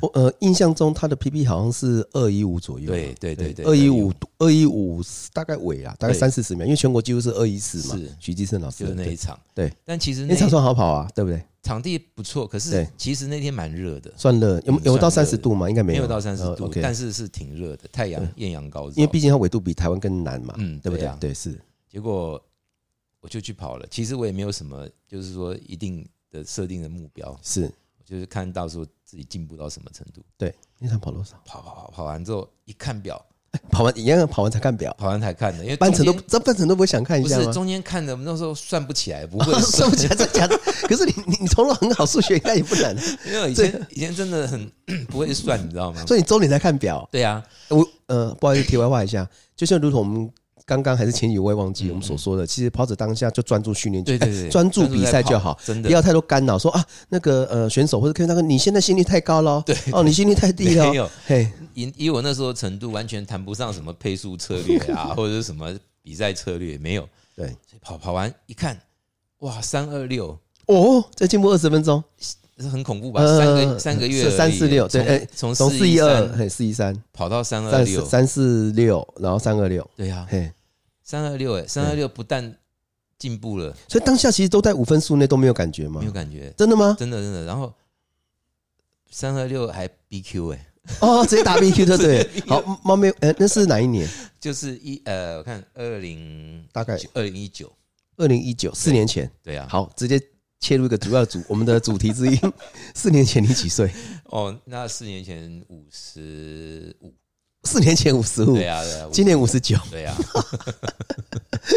Speaker 1: 我呃印象中他的 PP 好像是二一五左右，
Speaker 2: 对对对对，
Speaker 1: 二一五二一五大概尾啊，大概
Speaker 2: 对
Speaker 1: 三四十秒，因为全国几乎是二一四嘛
Speaker 2: 是，
Speaker 1: 徐继胜老师
Speaker 2: 就是那
Speaker 1: 对
Speaker 2: 一嗯场，
Speaker 1: 对。
Speaker 2: 但其实
Speaker 1: 那
Speaker 2: 那
Speaker 1: 场算好跑啊，对不对？
Speaker 2: 场地不错，可是
Speaker 1: 对
Speaker 2: 其实那天蛮热的，
Speaker 1: 算热，有
Speaker 2: 嗯
Speaker 1: 有到
Speaker 2: 算
Speaker 1: 三
Speaker 2: 热
Speaker 1: 十度吗？应该没
Speaker 2: 没
Speaker 1: 有，
Speaker 2: 有到三十
Speaker 1: 呃
Speaker 2: 度，
Speaker 1: OK，
Speaker 2: 但是是挺热的，太阳艳阳高照。
Speaker 1: 因为毕竟它纬度比台湾更南嘛，
Speaker 2: 嗯
Speaker 1: 对不
Speaker 2: 对
Speaker 1: 对
Speaker 2: 啊？
Speaker 1: 对，是
Speaker 2: 结果我就去跑了，其实我也没有什么，就是说一定的设定的目标，
Speaker 1: 是，
Speaker 2: 就是看到时候自己进步到什么程度。
Speaker 1: 那场跑多少？
Speaker 2: 跑跑跑跑完之后一看表，
Speaker 1: 跑完一样跑完才看表，
Speaker 2: 跑完才看的，因为
Speaker 1: 半程都
Speaker 2: 中间
Speaker 1: 这半程都不会想看一
Speaker 2: 不
Speaker 1: 下
Speaker 2: 是
Speaker 1: 吗？
Speaker 2: 中间看的，那时候算不起来，不会
Speaker 1: 算
Speaker 2: 算
Speaker 1: 不起来，真的 假的？可是你你你头脑很好，数学应该也不难，
Speaker 2: 因为以前以前真的很 不会算，你知道吗？
Speaker 1: 所以你周年才看表。
Speaker 2: 对啊，
Speaker 1: 我呃，不好意思，题外话一下，就像如同我们刚刚还是前几位忘记我们所说的，其实跑者当下就专注训练就，
Speaker 2: 嗯对对对，
Speaker 1: 哎专注比赛就好
Speaker 2: 专注在跑，真
Speaker 1: 不
Speaker 2: 的
Speaker 1: 要太多干扰，说啊那个呃选手或者科员大哥，你现在心率太高了，对，哦你心率太低了
Speaker 2: 没
Speaker 1: 哦，
Speaker 2: 有。
Speaker 1: 嘿，
Speaker 2: 以以我那时候的程度，完全谈不上什么配速策略 啊，或者是什么比赛策略，没有。
Speaker 1: 对，
Speaker 2: 所以跑跑完一看，哇，三二六，
Speaker 1: 哦，再进步二十分钟，
Speaker 2: 这很恐怖吧？
Speaker 1: 呃
Speaker 2: 三个三个月而已，
Speaker 1: 是346对哎
Speaker 2: 从
Speaker 1: 从
Speaker 2: 从
Speaker 1: 四一
Speaker 2: 一
Speaker 1: 二嘿四一三
Speaker 2: 跑到三二
Speaker 1: 三
Speaker 2: 六，
Speaker 1: 三四六，然后三二六，
Speaker 2: 对啊，
Speaker 1: 嘿，
Speaker 2: 三二六，哎，三二六不但进步了，
Speaker 1: 所以当下其实都在五分数内都没有感觉吗
Speaker 2: 没？有感觉，
Speaker 1: 真的吗？
Speaker 2: 真的真的。然后三二六还 BQ 哎、
Speaker 1: 哦，直接打 BQ 对不对？好，猫咪，呃，那是哪一年？
Speaker 2: 就是一呃，我看二零
Speaker 1: 大概
Speaker 2: 二零一九，
Speaker 1: 二零一九，四年前。
Speaker 2: 对啊，
Speaker 1: 好，直接切入一个主要主，我们的主题 之一。四年前你几岁？
Speaker 2: 哦，那四年前五十五，
Speaker 1: 四年前五十五
Speaker 2: 对，啊，对啊，
Speaker 1: 今年五十九，
Speaker 2: 对啊，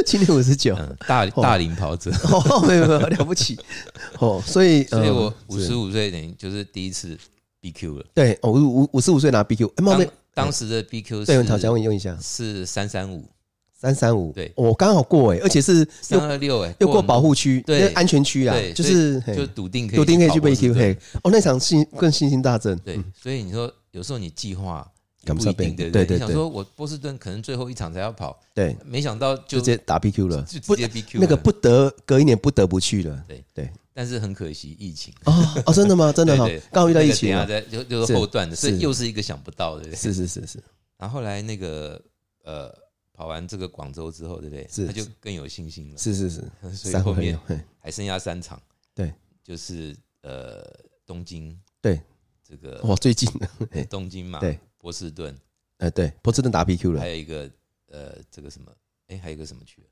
Speaker 1: 今年五十九。
Speaker 2: 嗯，大大龄跑者，
Speaker 1: 哦，没有没有，了不起。 哦，所以，
Speaker 2: 所以
Speaker 1: 呃
Speaker 2: 我五
Speaker 1: 是
Speaker 2: 十五岁等于就是第一次 BQ 了。
Speaker 1: 对，哦五五五十五岁拿 BQ，哎，猫
Speaker 2: 当
Speaker 1: 妹，
Speaker 2: 当时的 BQ
Speaker 1: 对，我想想
Speaker 2: 是
Speaker 1: 问用一下，
Speaker 2: 是三三五
Speaker 1: 三三五，
Speaker 2: 对
Speaker 1: 我刚好过哎，而且是
Speaker 2: 三
Speaker 1: 又
Speaker 2: 二六，哎，
Speaker 1: 又过
Speaker 2: 我们
Speaker 1: 保护区，
Speaker 2: 对
Speaker 1: 那安全区啦
Speaker 2: 对，，
Speaker 1: 就
Speaker 2: 所以
Speaker 1: 是
Speaker 2: 就
Speaker 1: 嘿
Speaker 2: 笃定可以
Speaker 1: 有天可以去
Speaker 2: 跑步
Speaker 1: BQ，
Speaker 2: 是对
Speaker 1: 嘿，哦，那场信更信心大振，
Speaker 2: 对，所以你说有时候你计划
Speaker 1: 赶不
Speaker 2: 不一
Speaker 1: 上被
Speaker 2: 定，对不
Speaker 1: 对对
Speaker 2: 对？你想
Speaker 1: 对
Speaker 2: 说我波士顿可能最后一场才要跑，
Speaker 1: 对，
Speaker 2: 没想到
Speaker 1: 就
Speaker 2: 就
Speaker 1: 直接打 BQ 了，
Speaker 2: 就直
Speaker 1: 不
Speaker 2: 接 BQ
Speaker 1: 那个
Speaker 2: 了，
Speaker 1: 不得隔一年不得不去 了。
Speaker 2: 对
Speaker 1: 对
Speaker 2: 但是很可惜疫情。
Speaker 1: 哦哦，真的吗？真的哈
Speaker 2: 对对，
Speaker 1: 刚好遇到
Speaker 2: 那
Speaker 1: 疫
Speaker 2: 个
Speaker 1: 情
Speaker 2: 等一下
Speaker 1: 了，
Speaker 2: 再就就是
Speaker 1: 是
Speaker 2: 后段的，所以
Speaker 1: 是
Speaker 2: 又是一个想不到的。对不对
Speaker 1: 是是是是，
Speaker 2: 然后后来那个呃跑完这个广州之后，对不对？
Speaker 1: 是
Speaker 2: 他就更有信心了。
Speaker 1: 是是是，
Speaker 2: 所以
Speaker 1: 三
Speaker 2: 后
Speaker 1: 回
Speaker 2: 面
Speaker 1: 有，嘿
Speaker 2: 还剩下三场，
Speaker 1: 对，
Speaker 2: 就是呃东京，
Speaker 1: 对，
Speaker 2: 这个
Speaker 1: 哇，哦最近的，嘿
Speaker 2: 东京嘛，
Speaker 1: 对，
Speaker 2: 波士顿，
Speaker 1: 哎，对，波士顿打 PQ 了
Speaker 2: 还，有一个呃这个什么，哎，还有一个什么去了？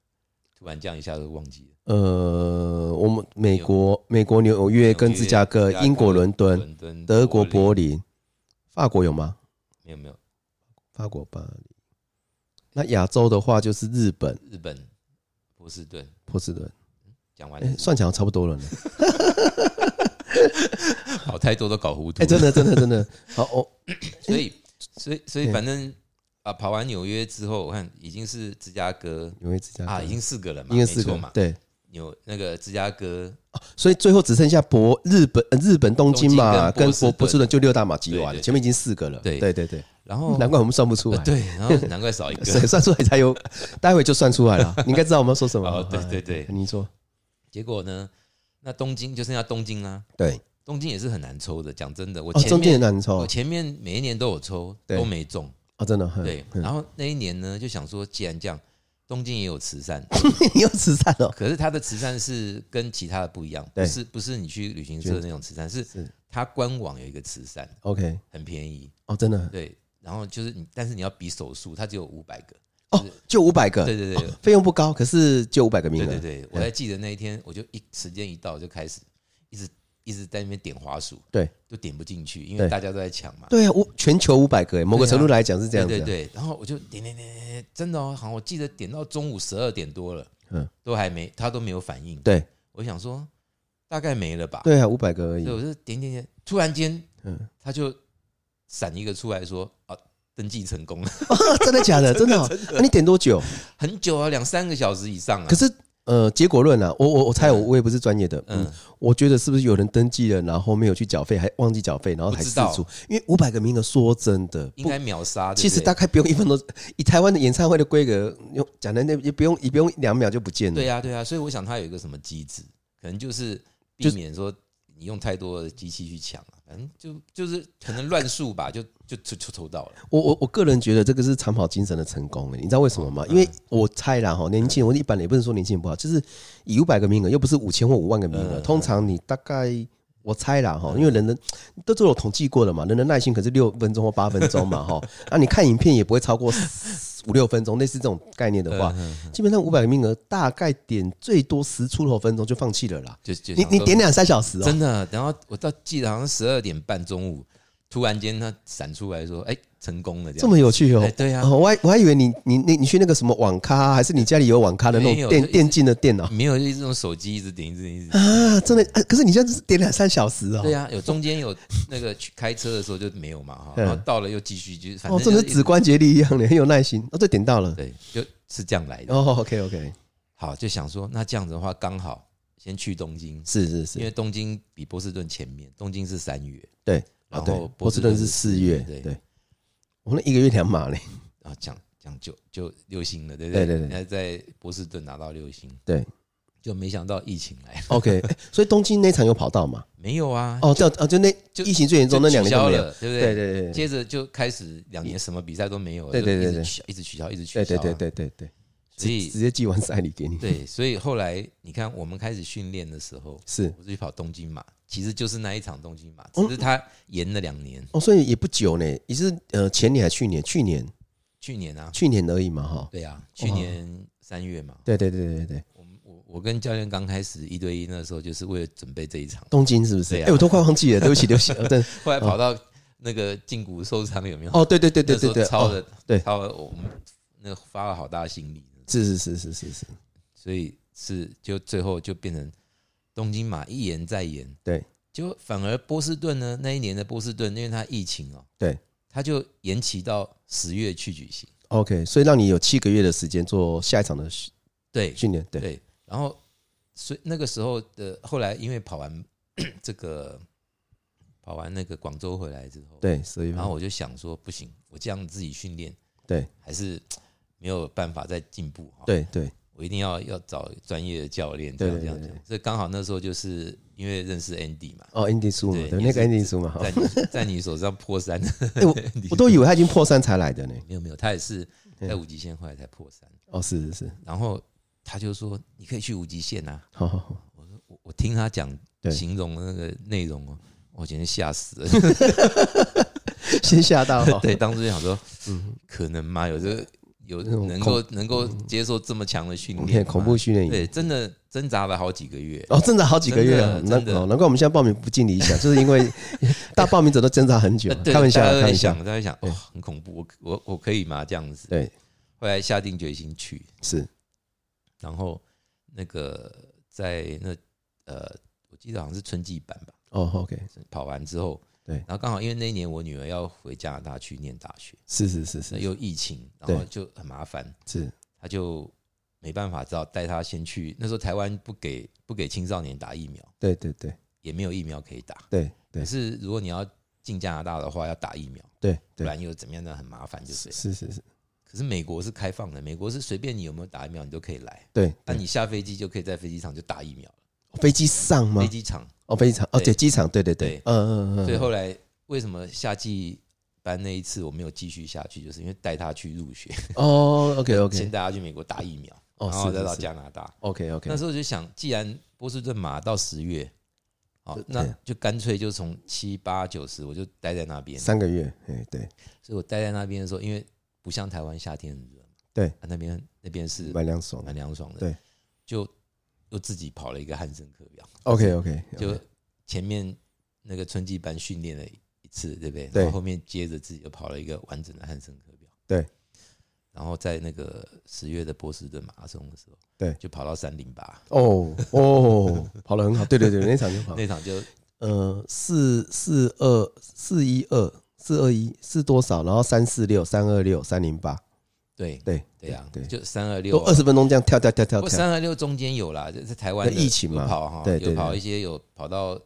Speaker 2: 突然这样一下就忘记了。
Speaker 1: 呃，我们美国、美国纽约跟芝加哥
Speaker 2: 纽约、
Speaker 1: 英国伦敦、
Speaker 2: 伦敦、
Speaker 1: 德国
Speaker 2: 林
Speaker 1: 柏林、法国有吗？
Speaker 2: 没有没有
Speaker 1: 法国巴黎。那亚洲的话就是日本
Speaker 2: 日本波士顿，
Speaker 1: 波士顿，
Speaker 2: 讲完
Speaker 1: 哎
Speaker 2: 了，
Speaker 1: 算起来差不多了呢。
Speaker 2: 好太多都搞糊涂
Speaker 1: 哎，
Speaker 2: 了。
Speaker 1: 真的，真的，真的，好，哦，
Speaker 2: 所以所以所以
Speaker 1: 对
Speaker 2: 反正啊，跑完纽约之后，我看已经是芝加哥
Speaker 1: 纽约芝加哥
Speaker 2: 啊，已经四个了嘛，
Speaker 1: 应该四
Speaker 2: 没
Speaker 1: 个
Speaker 2: 错嘛，
Speaker 1: 对，哦
Speaker 2: 有那个芝加哥
Speaker 1: 所以最后只剩下博日本、呃日本东京嘛，
Speaker 2: 东京跟
Speaker 1: 跟
Speaker 2: 波士
Speaker 1: 波
Speaker 2: 顿
Speaker 1: 波士顿就六大马集完
Speaker 2: 对对
Speaker 1: 了，
Speaker 2: 对
Speaker 1: 前面已经四个了，
Speaker 2: 对
Speaker 1: 对对对，
Speaker 2: 然后
Speaker 1: 难怪我们算不出
Speaker 2: 呃
Speaker 1: 来，
Speaker 2: 对，然后 难怪少一
Speaker 1: 算
Speaker 2: 个。
Speaker 1: 算出来才 有，待会就算出来了，你应该知道我们要说什么
Speaker 2: 哦，对对对
Speaker 1: 哎你说，
Speaker 2: 结果呢，那东京就剩下东京啦、
Speaker 1: 对，
Speaker 2: 东京也是很难抽的。讲真的，我
Speaker 1: 哦，
Speaker 2: 前
Speaker 1: 中间
Speaker 2: 面、
Speaker 1: 很难抽
Speaker 2: 我前面每一年都有抽，
Speaker 1: 对
Speaker 2: 都没中。
Speaker 1: 哦，真的，嗯
Speaker 2: 对，
Speaker 1: 嗯
Speaker 2: 然后那一年呢，就想说，既然这样，东京也有 慈善，哦
Speaker 1: 你又慈善哦，
Speaker 2: 可是它的慈善是跟其他的不一样，不
Speaker 1: 对
Speaker 2: 是不是你去旅行社的那种慈善，是
Speaker 1: 是
Speaker 2: 它官网有一个慈善，
Speaker 1: ，OK，
Speaker 2: 很便宜。
Speaker 1: 哦，真的，
Speaker 2: 对，然后就是你，但是你要比手速，它只有五百个。
Speaker 1: 哦，就五百个，
Speaker 2: 对对对
Speaker 1: 哦费用不高，可是就五百个名
Speaker 2: 对
Speaker 1: 额
Speaker 2: 对，对，我还记得那一天，我就一时间一到就开始一直一直在那边点滑鼠，
Speaker 1: 对，
Speaker 2: 就点不进去，因为
Speaker 1: 对
Speaker 2: 大家都在抢嘛。
Speaker 1: 对啊，五全球五百个，哎某个
Speaker 2: 对啊
Speaker 1: 程度来讲是这样子
Speaker 2: 对
Speaker 1: 啊，
Speaker 2: 对对，然后我就点点点点点，真的哦，好像我记得点到中午十二点多了，
Speaker 1: 嗯
Speaker 2: 都还没，他都没有反应。
Speaker 1: 对
Speaker 2: 我想说大概没了吧，
Speaker 1: 对啊，五百个而已
Speaker 2: 所以，我就点点点，突然间
Speaker 1: 嗯，
Speaker 2: 他就闪一个出来说啊，登记成功了，
Speaker 1: 啊真的假的？真的哦，那你点多久？
Speaker 2: 很久啊，两三个小时以上啊。
Speaker 1: 可是呃，结果论啊，我我我猜我我也不是专业的，嗯
Speaker 2: 嗯，，
Speaker 1: 我觉得是不是有人登记了，然后没有去缴费，还忘记缴费，然后才
Speaker 2: 不知
Speaker 1: 试
Speaker 2: 道
Speaker 1: 出？因为五百个名额，说真的，
Speaker 2: 应
Speaker 1: 不，
Speaker 2: 该秒 杀。对啊不
Speaker 1: 其实
Speaker 2: 对
Speaker 1: 大概不用一分钟，以台湾的演唱会的规格，用讲的那也不用也不用两秒就不见了。
Speaker 2: 对啊呀、对呀、所以我想它有一个什么机制，可能就是避
Speaker 1: 就是
Speaker 2: 免说你用太多的机器去抢啊，反正就就是可能乱数吧，就就就就抽到了。
Speaker 1: 我我我个人觉得这个是长跑精神的成功、欸，你知道为什么吗？因为我猜啦哈，年轻人我一般也不能说年轻人不好，就是以五百个名额，又不是五千或五万个名额，
Speaker 2: 嗯
Speaker 1: 通常你大概。我猜啦哈，因为人的都都有统计过了嘛，人的耐心可是六分钟或八分钟嘛 哈，那你看影片也不会超过四五六分钟，类似这种概念的话，
Speaker 2: 嗯
Speaker 1: 基本上五百个名额大概点最多十出头分钟就放弃了啦。
Speaker 2: 就就
Speaker 1: 你
Speaker 2: 想
Speaker 1: 你
Speaker 2: 说
Speaker 1: 点两三小时哦、
Speaker 2: 真的，然后我到记得好像十二点半中午，突然间它闪出来说，哎、成功了这样。
Speaker 1: 这么有趣哦、
Speaker 2: 哎对呀、
Speaker 1: 哦，我还我还以为你你你你去那个什么网咖啊，还是你家里有网咖的那
Speaker 2: 没
Speaker 1: 种
Speaker 2: 有就
Speaker 1: 电
Speaker 2: 一直
Speaker 1: 电竞的电脑
Speaker 2: 没有，就一直用手机一直点，一直点，一 直点。
Speaker 1: 啊？真的、啊，可是你现在只是点两三小时哦、
Speaker 2: 对啊，有中间有那个去开车的时候就没有嘛哈，
Speaker 1: 嗯
Speaker 2: 然后到了又继续，就是反
Speaker 1: 哦，
Speaker 2: 正
Speaker 1: 真
Speaker 2: 就
Speaker 1: 的
Speaker 2: 是
Speaker 1: 指关节力一样的，很有耐心。哦，对，点到了。
Speaker 2: 对，就是这样来的。
Speaker 1: 哦，OK OK，
Speaker 2: 好，就想说那这样子的话，刚好先去东京，
Speaker 1: 是是
Speaker 2: 因
Speaker 1: 是，
Speaker 2: 为东京比波士顿前面，东京是三月，
Speaker 1: 对。啊
Speaker 2: 然
Speaker 1: 对
Speaker 2: 后，
Speaker 1: 波士顿是四
Speaker 2: 四
Speaker 1: 月，
Speaker 2: 对，
Speaker 1: 对。我那一个月两码嘞，
Speaker 2: 啊，讲讲就就六星了，对不
Speaker 1: 对对
Speaker 2: 对？
Speaker 1: 对
Speaker 2: 人家在波士顿拿到六星，
Speaker 1: 对。
Speaker 2: 就没想到疫情来，
Speaker 1: OK，哎所以东京那场有跑到嘛？
Speaker 2: 没有啊，
Speaker 1: 哦，这样哦，就那
Speaker 2: 就
Speaker 1: 疫情最严重那两年
Speaker 2: 取消
Speaker 1: 都没有。
Speaker 2: 了，对不
Speaker 1: 对
Speaker 2: 对？
Speaker 1: 对对对
Speaker 2: 接着就开始两年什么比赛都没有了，
Speaker 1: 对对
Speaker 2: 就一直
Speaker 1: 对对
Speaker 2: 取一直取消，一直取消
Speaker 1: 对
Speaker 2: 啊，
Speaker 1: 对对对对对，
Speaker 2: 所
Speaker 1: 直直
Speaker 2: 以
Speaker 1: 接寄完赛礼给你。
Speaker 2: 对，所以后来你看，我们开始训练的时候，
Speaker 1: 是
Speaker 2: 我是去跑东京马，其实就是那一场东京马，
Speaker 1: 哦
Speaker 2: 只是他延了两年，
Speaker 1: 哦，所以也不久呢，也是呃前年还去年，去年
Speaker 2: 去年啊，
Speaker 1: 去年而已嘛，哈。
Speaker 2: 对啊，
Speaker 1: 哦
Speaker 2: 去年三月嘛，
Speaker 1: 对对对对对对，
Speaker 2: 我们我我跟教练刚开始一对一那时候，就是为了准备这一场，
Speaker 1: 东京是不是？
Speaker 2: 对
Speaker 1: 哎、
Speaker 2: 啊
Speaker 1: 我都快忘记了，对不起，对不起。哦对，
Speaker 2: 后来跑到那个胫骨受伤有没有？
Speaker 1: 哦，对对对对
Speaker 2: 那时
Speaker 1: 对
Speaker 2: 候
Speaker 1: 对，
Speaker 2: 超
Speaker 1: 哦，
Speaker 2: 的，
Speaker 1: 对
Speaker 2: 超了我们那个发了好大的心力，
Speaker 1: 是是是是是是，
Speaker 2: 所以是就最后就变成东京马一延再延，
Speaker 1: 对，
Speaker 2: 就反而波士顿呢那一年的波士顿，因为它疫情哦，
Speaker 1: 对，
Speaker 2: 它就延期到十月去举行，
Speaker 1: OK，所以让你有七个月的时间做下一场的训
Speaker 2: 对
Speaker 1: 训练，对，
Speaker 2: 对，然后所以那个时候的后来因为跑完 这个跑完那个广州回来之后，
Speaker 1: 对，所以
Speaker 2: 然后我就想说，不行，我这样自己训练，
Speaker 1: 嗯对，
Speaker 2: 还是没有办法再进步哈。，
Speaker 1: 对对
Speaker 2: 我一定要要找专业的教练，这样
Speaker 1: 对对
Speaker 2: 这样
Speaker 1: 对
Speaker 2: 这样。所以刚好那时候就是因为认识 Andy 嘛，
Speaker 1: 哦，Andy 叔嘛，
Speaker 2: 对
Speaker 1: 对，
Speaker 2: 也
Speaker 1: 那个
Speaker 2: 是
Speaker 1: Andy 叔嘛，哈
Speaker 2: 在你在你手上破三，
Speaker 1: 哎我我都以为他已经破三才来的呢，
Speaker 2: 没有没有，他也是在无极限后来才破三。
Speaker 1: 哦，是是是，
Speaker 2: 然后他就说：“你可以去无极限啊
Speaker 1: 好好 好，！”
Speaker 2: 我我听他讲
Speaker 1: 对
Speaker 2: 形容的那个内容哦，我简直吓死 了。。
Speaker 1: 先吓到哈
Speaker 2: 对，当时就想说，
Speaker 1: 嗯，
Speaker 2: 可能吗？有这个有
Speaker 1: 那种
Speaker 2: 能够能够接受这么强的训
Speaker 1: 你看
Speaker 2: 练，
Speaker 1: 恐怖。训练营。
Speaker 2: 对，真的挣扎了好几个月。
Speaker 1: 哦，挣扎好几个月啊，
Speaker 2: 真
Speaker 1: 难
Speaker 2: 的真的
Speaker 1: 哦，难怪我们现在报名不尽理想， 就是因为大报名者都挣扎很久啊
Speaker 2: 呃， 对
Speaker 1: 开玩笑，
Speaker 2: 大
Speaker 1: 开
Speaker 2: 家在
Speaker 1: 玩笑
Speaker 2: 想，，大家在想，
Speaker 1: 对
Speaker 2: 哇，很恐怖，我我我可以吗？这样子。
Speaker 1: 对，
Speaker 2: 后来下定决心去，
Speaker 1: 是
Speaker 2: 然后那个在那呃，我记得好像是春季版吧，
Speaker 1: 哦，OK，
Speaker 2: 跑完之后，
Speaker 1: 对
Speaker 2: 然后刚好因为那一年我女儿要回加拿大去念大学，
Speaker 1: 是是是
Speaker 2: 那
Speaker 1: 是
Speaker 2: 又疫情，然后
Speaker 1: 对
Speaker 2: 就很麻烦，
Speaker 1: 是，
Speaker 2: 她就没办法，只好带她先去。那时候台湾不给不给青少年打疫苗，
Speaker 1: 对对对
Speaker 2: 也没有疫苗可以打。
Speaker 1: 对
Speaker 2: 可
Speaker 1: 对
Speaker 2: 是如果你要进加拿大的话，要打疫苗，
Speaker 1: 对
Speaker 2: 不
Speaker 1: 对，
Speaker 2: 然又怎么样的很麻烦，就是。
Speaker 1: 是是是，
Speaker 2: 可是美国是开放的，美国是随便你有没有打疫苗，你都可以来。
Speaker 1: 对，
Speaker 2: 那
Speaker 1: 对
Speaker 2: 你下飞机就可以在飞机场就打疫苗了，
Speaker 1: 飞机上吗
Speaker 2: 飞？机场。
Speaker 1: 哦，飞机场，哦，
Speaker 2: 对
Speaker 1: 对，机场，对对对
Speaker 2: 对，
Speaker 1: 嗯嗯嗯，
Speaker 2: 所以后来为什么夏季班那一次我没有继续下去，就是因为带他去入学，
Speaker 1: 哦，OK
Speaker 2: 先
Speaker 1: OK，
Speaker 2: 带他去美国打疫苗，
Speaker 1: 哦，
Speaker 2: 然后再
Speaker 1: 是
Speaker 2: 到
Speaker 1: 是是
Speaker 2: 加拿大。
Speaker 1: ，OK
Speaker 2: 那
Speaker 1: OK，
Speaker 2: 时候就想，既然波士顿马到十月，好
Speaker 1: 对，
Speaker 2: 那
Speaker 1: 对
Speaker 2: 就干脆就从七八九十我就待在那边。
Speaker 1: 三个月，哎，对，
Speaker 2: 所以我待在那边的时候，因为不像台湾夏天很热，
Speaker 1: 对
Speaker 2: 啊，那边那边是
Speaker 1: 蛮凉爽的
Speaker 2: 蛮凉爽的，
Speaker 1: 对，
Speaker 2: 就又自己跑了一个汉森课表，
Speaker 1: ，OK OK，
Speaker 2: 就前面那个春季班训练了一次，对不对？
Speaker 1: 对
Speaker 2: 然后后面接着自己又跑了一个完整的汉森课表。
Speaker 1: 对。
Speaker 2: 然后在那个十月的波士顿马拉松的时候，
Speaker 1: 对
Speaker 2: 就跑到三零八
Speaker 1: 哦哦，跑得很好，对对对，那场就跑，
Speaker 2: 那场就
Speaker 1: 呃，四四二四一二四二一是多少？然后三四六三二六三零八，
Speaker 2: 对
Speaker 1: 对
Speaker 2: 对啊，
Speaker 1: 对，
Speaker 2: 就三二
Speaker 1: 都
Speaker 2: 六
Speaker 1: 二十分钟这样跳跳跳跳
Speaker 2: 不过
Speaker 1: 跳，
Speaker 2: 三二六中间有啦，在在台湾的
Speaker 1: 那疫情嘛
Speaker 2: 有跑哈，
Speaker 1: 对对
Speaker 2: 有跑
Speaker 1: 对
Speaker 2: 一些有跑到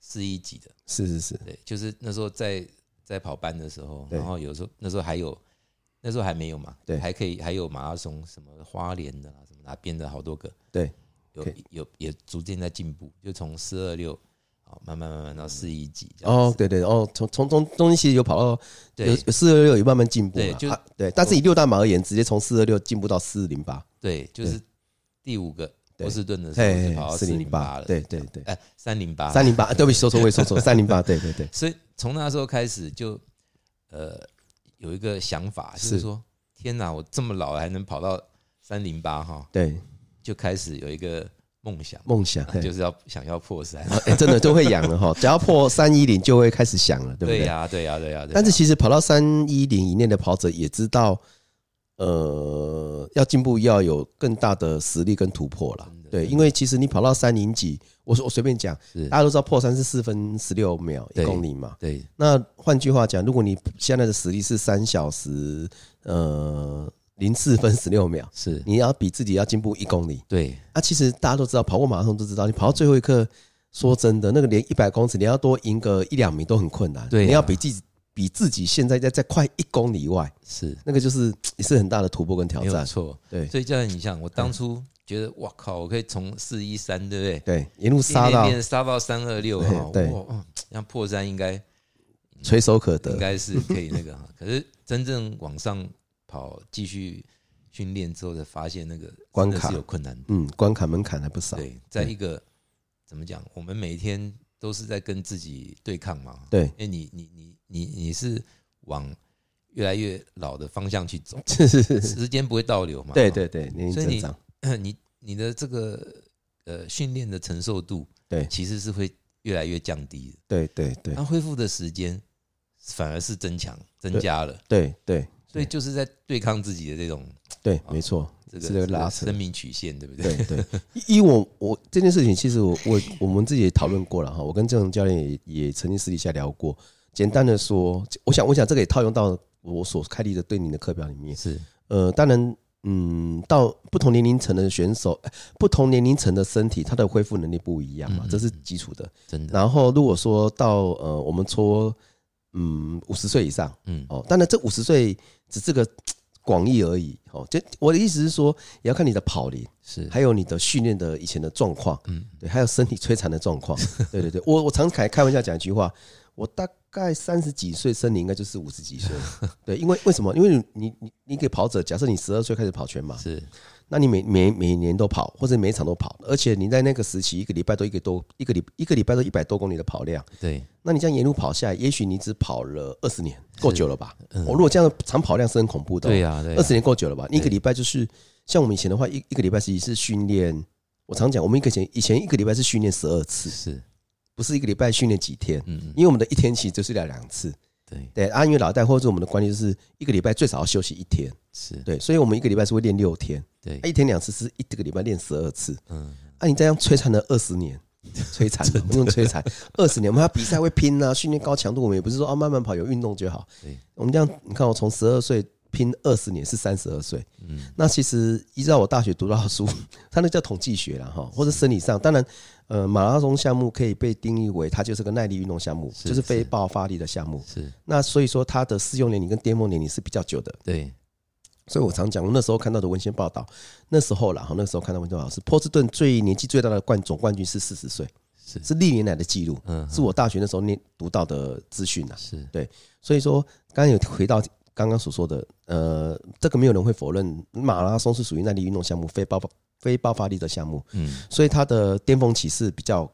Speaker 2: 四一级的，
Speaker 1: 是是是，
Speaker 2: 对，就是那时候在在跑班的时候，
Speaker 1: 对
Speaker 2: 然后有时候那时候还有那时候还没有嘛，
Speaker 1: 对
Speaker 2: 还可以还有马拉松什么花莲的啦，什么哪边的好多个，
Speaker 1: 对，
Speaker 2: 有
Speaker 1: 可
Speaker 2: 有也逐渐在进步，就从四二六好慢慢慢慢到四一级这样
Speaker 1: 哦
Speaker 2: 子，
Speaker 1: 对对哦，从从中中间其实有跑到有
Speaker 2: 对
Speaker 1: 四二六有慢慢进步
Speaker 2: 对
Speaker 1: 嘛
Speaker 2: 就
Speaker 1: 啊对，但是以六大马而言，直接从四二六进步到四零八，
Speaker 2: 对，就是第五个
Speaker 1: 对
Speaker 2: 波士顿的时候
Speaker 1: 嘿
Speaker 2: 就跑到
Speaker 1: 四
Speaker 2: 四
Speaker 1: 零
Speaker 2: 零
Speaker 1: 八
Speaker 2: 八，了，
Speaker 1: 对对对，
Speaker 2: 哎，三零八
Speaker 1: 三零八，对不起，说错位，说错，三零八，对对 对，
Speaker 2: 所以从那时候开始就呃有一个想法，就是是说天哪，我这么老了还能跑到三零八哈，
Speaker 1: 对
Speaker 2: 就开始有一个梦想，
Speaker 1: 梦想，
Speaker 2: 啊
Speaker 1: 对
Speaker 2: 就是要想要破三。
Speaker 1: 哎，真的就会痒了哈，只要破三一零就会开始想了，对不
Speaker 2: 对
Speaker 1: 对？
Speaker 2: 呀，对呀，对呀。对呀啊
Speaker 1: 但是其实跑到三一零以内的跑者也知道，呃，要进步要有更大的实力跟突破了
Speaker 2: 真的。
Speaker 1: 对，
Speaker 2: 真的
Speaker 1: 因为其实你跑到三零几，我说我随便讲
Speaker 2: 是，
Speaker 1: 大家都知道破三是四分十六秒一
Speaker 2: 对
Speaker 1: 公里嘛。
Speaker 2: 对
Speaker 1: 那换句话讲，如果你现在的实力是三小时呃零四分十六秒，
Speaker 2: 是，
Speaker 1: 你要比自己要进步一公里。
Speaker 2: 对
Speaker 1: 啊，其实大家都知道，跑过马拉松都知道，你跑到最后一刻，说真的，那个连一百公尺，你要多赢个一两名都很困难。
Speaker 2: 对啊
Speaker 1: 你要比自己比自己现在在在快一公里以外，
Speaker 2: 是
Speaker 1: 那个就是也是很大的突破跟挑
Speaker 2: 没有
Speaker 1: 战。
Speaker 2: 错。
Speaker 1: 对
Speaker 2: 所以教练，你想，我当初觉得哇靠，我可以从四一三，对不对？
Speaker 1: 对，一路杀
Speaker 2: 练
Speaker 1: 到
Speaker 2: 练练杀到三二六哈，
Speaker 1: 对
Speaker 2: 哇，哇那破三应该
Speaker 1: 垂手可
Speaker 2: 应
Speaker 1: 得。
Speaker 2: 该是可以那个哈。可是真正往上跑，继续训练之后，才发现那个
Speaker 1: 关
Speaker 2: 真的
Speaker 1: 卡
Speaker 2: 是有困难度。
Speaker 1: 嗯，关卡门槛还不少。
Speaker 2: 对，在一个怎么讲，我们每天都是在跟自己对抗嘛。
Speaker 1: 对
Speaker 2: 因为你你你你你是往越来越老的方向去走，
Speaker 1: 是是是是，
Speaker 2: 时间不会倒流嘛。
Speaker 1: 对对对，年龄
Speaker 2: 所以
Speaker 1: 增
Speaker 2: 你
Speaker 1: 长，
Speaker 2: 你你的这个呃训练的承受度，
Speaker 1: 对
Speaker 2: 其实是会越来越降低的。
Speaker 1: 对对对
Speaker 2: 那恢复的时间反而是增强增加了。
Speaker 1: 对对
Speaker 2: 所以就是在对抗自己的这种
Speaker 1: 对，
Speaker 2: 好
Speaker 1: 没错，
Speaker 2: 这
Speaker 1: 是这个
Speaker 2: 个
Speaker 1: 拉
Speaker 2: 这个
Speaker 1: 扯
Speaker 2: 生。命曲线，对不对？
Speaker 1: 对对，因为我我这件事情，其实我我我们自己也讨论过了哈，我跟郑教练也也曾经私底下聊过。简单的说，我想我想这个也套用到我所开立的对你的课表里面。
Speaker 2: 是
Speaker 1: 呃，当然，嗯，到不同年龄层的选手，呃不同年龄层的身体，它的恢复能力不一样嘛
Speaker 2: 嗯，嗯
Speaker 1: 这是基础的。
Speaker 2: 真的，
Speaker 1: 然后如果说到呃，我们说嗯五十岁以上，
Speaker 2: 嗯，
Speaker 1: 哦，当然这五十岁只是个广义而已。哦，就我的意思是说，也要看你的跑龄。
Speaker 2: 是，
Speaker 1: 还有你的训练的以前的状况，
Speaker 2: 嗯，
Speaker 1: 对，还有身体摧残的状况，对对对，我我常开开玩笑讲一句话，我大概三十几岁，身体应该就是五十几岁。对，因为为什么？因为你你你给跑者，假设你十二岁开始跑全马，
Speaker 2: 是
Speaker 1: 那你每每每年都跑，或者每一场都跑，而且你在那个时期一个礼拜都一个多一个礼一个礼拜都一百多公里的跑量，
Speaker 2: 对，
Speaker 1: 那你这样沿路跑下来，也许你只跑了二十年，够久了吧？我、
Speaker 2: 嗯
Speaker 1: 如果这样的长跑量是很恐怖的、哦
Speaker 2: 对呀、对、啊
Speaker 1: 二
Speaker 2: 呀
Speaker 1: 十年够久了吧？一个礼拜就是像我们以前的话，一一个礼拜其实是训练。我常讲，我们以前以前一个礼拜是训练十二次，
Speaker 2: 是，
Speaker 1: 不是一个礼拜训练几天，
Speaker 2: 嗯，嗯
Speaker 1: 因为我们的一天其实就是两两次。
Speaker 2: 对，
Speaker 1: 对，啊，因为老戴或者我们的观念就是一个礼拜最少要休息一天，
Speaker 2: 是，
Speaker 1: 对，所以我们一个礼拜是会练六天，
Speaker 2: 对
Speaker 1: 啊、，一天两次是一个礼拜练十二次，
Speaker 2: 嗯，
Speaker 1: 啊，你这样摧残了二十年，摧 残了，不用摧残，二十年，我们要比赛会拼啊，训练高强度，我们也不是说啊慢慢跑有运动就好
Speaker 2: 对，
Speaker 1: 我们这样，你看我从十二岁拼二十年是三十二岁，
Speaker 2: 嗯，
Speaker 1: 那其实依照我大学读到的书，它那叫统计学啦，哈，或者生理上，当然，呃，马拉松项目可以被定义为它就是个耐力运动项目，
Speaker 2: 是
Speaker 1: 就是非
Speaker 2: 是
Speaker 1: 爆发力的项目。
Speaker 2: 是
Speaker 1: 那所以说它的适用年龄跟巅峰年龄是比较久的。
Speaker 2: 对，
Speaker 1: 所以我常讲，我那时候看到的文献报道，那时候啦，哈，那时候看到文献报道是波士顿最年纪最大的冠总冠军是四十岁，
Speaker 2: 是，
Speaker 1: 是历年来的记录，
Speaker 2: 嗯，
Speaker 1: 是我大学那时候念读到的资讯啊。
Speaker 2: 是，
Speaker 1: 所以说，刚刚有回到刚刚所说的，呃，这个没有人会否认，马拉松是属于耐力运动项目，非爆发非爆发力的项目，
Speaker 2: 嗯，
Speaker 1: 所以它的巅峰期是比较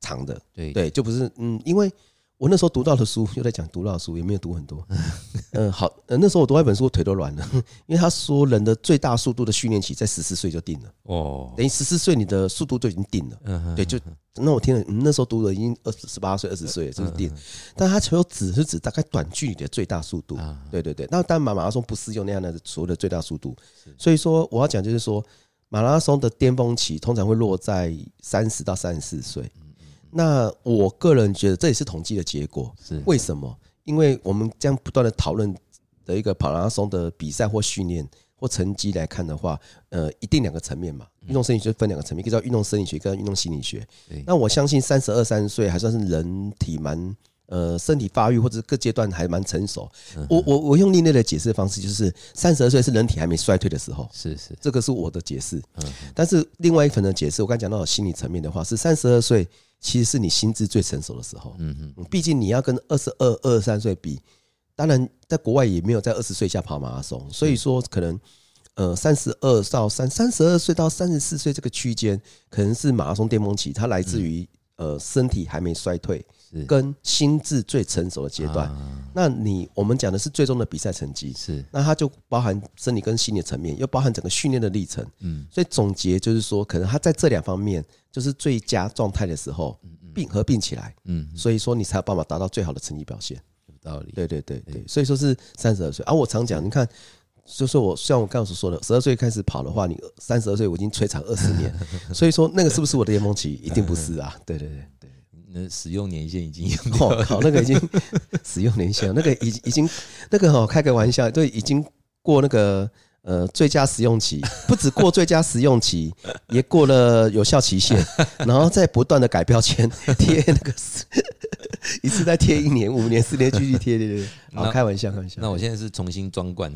Speaker 1: 长的，
Speaker 2: 对，
Speaker 1: 对，就不是嗯，因为我那时候读到的书，又在讲读到的书，也没有读很多。 嗯，好，呃那时候我读到一本书，我腿都软了， 因为他说人的最大速度的训练期在十四岁就定了，
Speaker 2: 哦，
Speaker 1: 等于十四岁你的速度就已经定了。
Speaker 2: 嗯，
Speaker 1: 对，就那我听了，嗯，那时候读的已经二十十八岁、二十岁了，就是
Speaker 2: 嗯
Speaker 1: 定。但他只有指是指大概短距离的最大速度。
Speaker 2: 啊，
Speaker 1: 对对对，那但马马拉松不适用那样的所谓的最大速度，所以说我要讲就是说，马拉松的巅峰期通常会落在三十到三十四岁。
Speaker 2: 嗯
Speaker 1: 那我个人觉得这也是统计的结果，
Speaker 2: 是，
Speaker 1: 为什么？因为我们这样不断的讨论的一个马拉松的比赛或训练或成绩来看的话，呃，一定两个层面嘛。运动生理学分两个层面，一个叫运动生理学，一个叫运动心理学
Speaker 2: 对。
Speaker 1: 那我相信三十二三岁还算是人体蛮呃身体发育或者各阶段还蛮成熟。我我我用另类的解释方式，就是三十二岁是人体还没衰退的时候。
Speaker 2: 是是，
Speaker 1: 这个是我的解释。
Speaker 2: 嗯，
Speaker 1: 但是另外一层的解释，我刚才讲到心理层面的话，是三十二岁其实是你心智最成熟的时候。
Speaker 2: 嗯哼，
Speaker 1: 嗯毕竟你要跟二十二、二十三岁比，当然在国外也没有在二十岁以下跑马拉松，所以说可能呃三十二到三三十二岁到三十四岁这个区间，可能是马拉松巅峰期，它来自于、呃身体还没衰退
Speaker 2: 嗯是
Speaker 1: 跟心智最成熟的阶段。
Speaker 2: 啊
Speaker 1: 那你我们讲的是最终的比赛成绩，
Speaker 2: 是，
Speaker 1: 那它就包含生理跟心理层面，又包含整个训练的历程。
Speaker 2: 嗯，
Speaker 1: 所以总结就是说，可能他在这两方面就是最佳状态的时候，并合并起来，
Speaker 2: 嗯，
Speaker 1: 所以说你才有办法达到最好的成绩表现。
Speaker 2: 有道理，
Speaker 1: 嗯对对对对，所以说是三十二岁。而、啊我常讲，你看，就是我像我刚刚所说的，十二岁开始跑的话，你三十二岁我已经摧残二十 年，所以说那个是不是我的巅峰期？一定不是啊！对对对对，
Speaker 2: 那使用年限已经 有
Speaker 1: 我、靠，哦那个已经 使用年限了，那个已已经那个哦，开个玩笑，对，已经过那个。呃，最佳使用期 不止过最佳使用期，也过了有效期限，然后再不断的改标签， 贴那个一次再贴一年、五年、四年，继续贴，对对对。好，
Speaker 2: 那
Speaker 1: 开玩笑，开玩笑。
Speaker 2: 那我现在是重新装罐，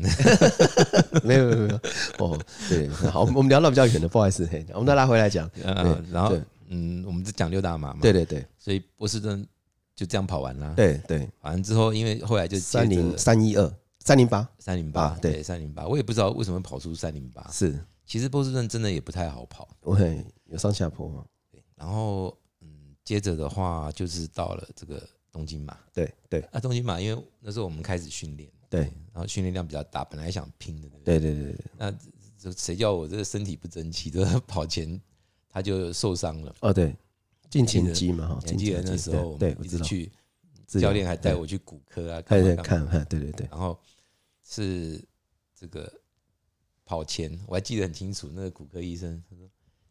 Speaker 1: 没有没有没有哦，对，好，我们我们聊到比较远了，不好意思，嘿，我们再拉回来讲。
Speaker 2: 呃然后
Speaker 1: 对
Speaker 2: 嗯，我们就讲六大马嘛，
Speaker 1: 对，对对
Speaker 2: 所以波士顿就这样跑完啦。
Speaker 1: 对对，
Speaker 2: 跑完之后，因为后来就
Speaker 1: 三零三一二三零八
Speaker 2: 三零八
Speaker 1: 啊，对
Speaker 2: 对三零八，我也不知道为什么跑出三零八。
Speaker 1: 是，
Speaker 2: 其实波士顿真的也不太好跑。
Speaker 1: 我嘿有上下坡嘛？
Speaker 2: 然后嗯，接着的话就是到了这个东京马，
Speaker 1: 对对
Speaker 2: 啊，东京马因为那时候我们开始训练，
Speaker 1: 对
Speaker 2: 然后训练量比较大，本来想拼的，对不对？
Speaker 1: 对对对对，
Speaker 2: 那这谁叫我这个身体不争气，这跑前他就受伤了。
Speaker 1: 哦对，近前肌嘛哈，
Speaker 2: 年
Speaker 1: 近
Speaker 2: 纪
Speaker 1: 前
Speaker 2: 人
Speaker 1: 肌
Speaker 2: 的时候，我
Speaker 1: 对
Speaker 2: 们
Speaker 1: 我
Speaker 2: 一
Speaker 1: 知
Speaker 2: 直
Speaker 1: 道，
Speaker 2: 去，
Speaker 1: 治疗
Speaker 2: 教练还带我去骨科啊，干
Speaker 1: 对
Speaker 2: 嘛
Speaker 1: 对
Speaker 2: 干嘛
Speaker 1: 看看，对对对，
Speaker 2: 然后是这个跑前，我还记得很清楚，那个骨科医生他说：“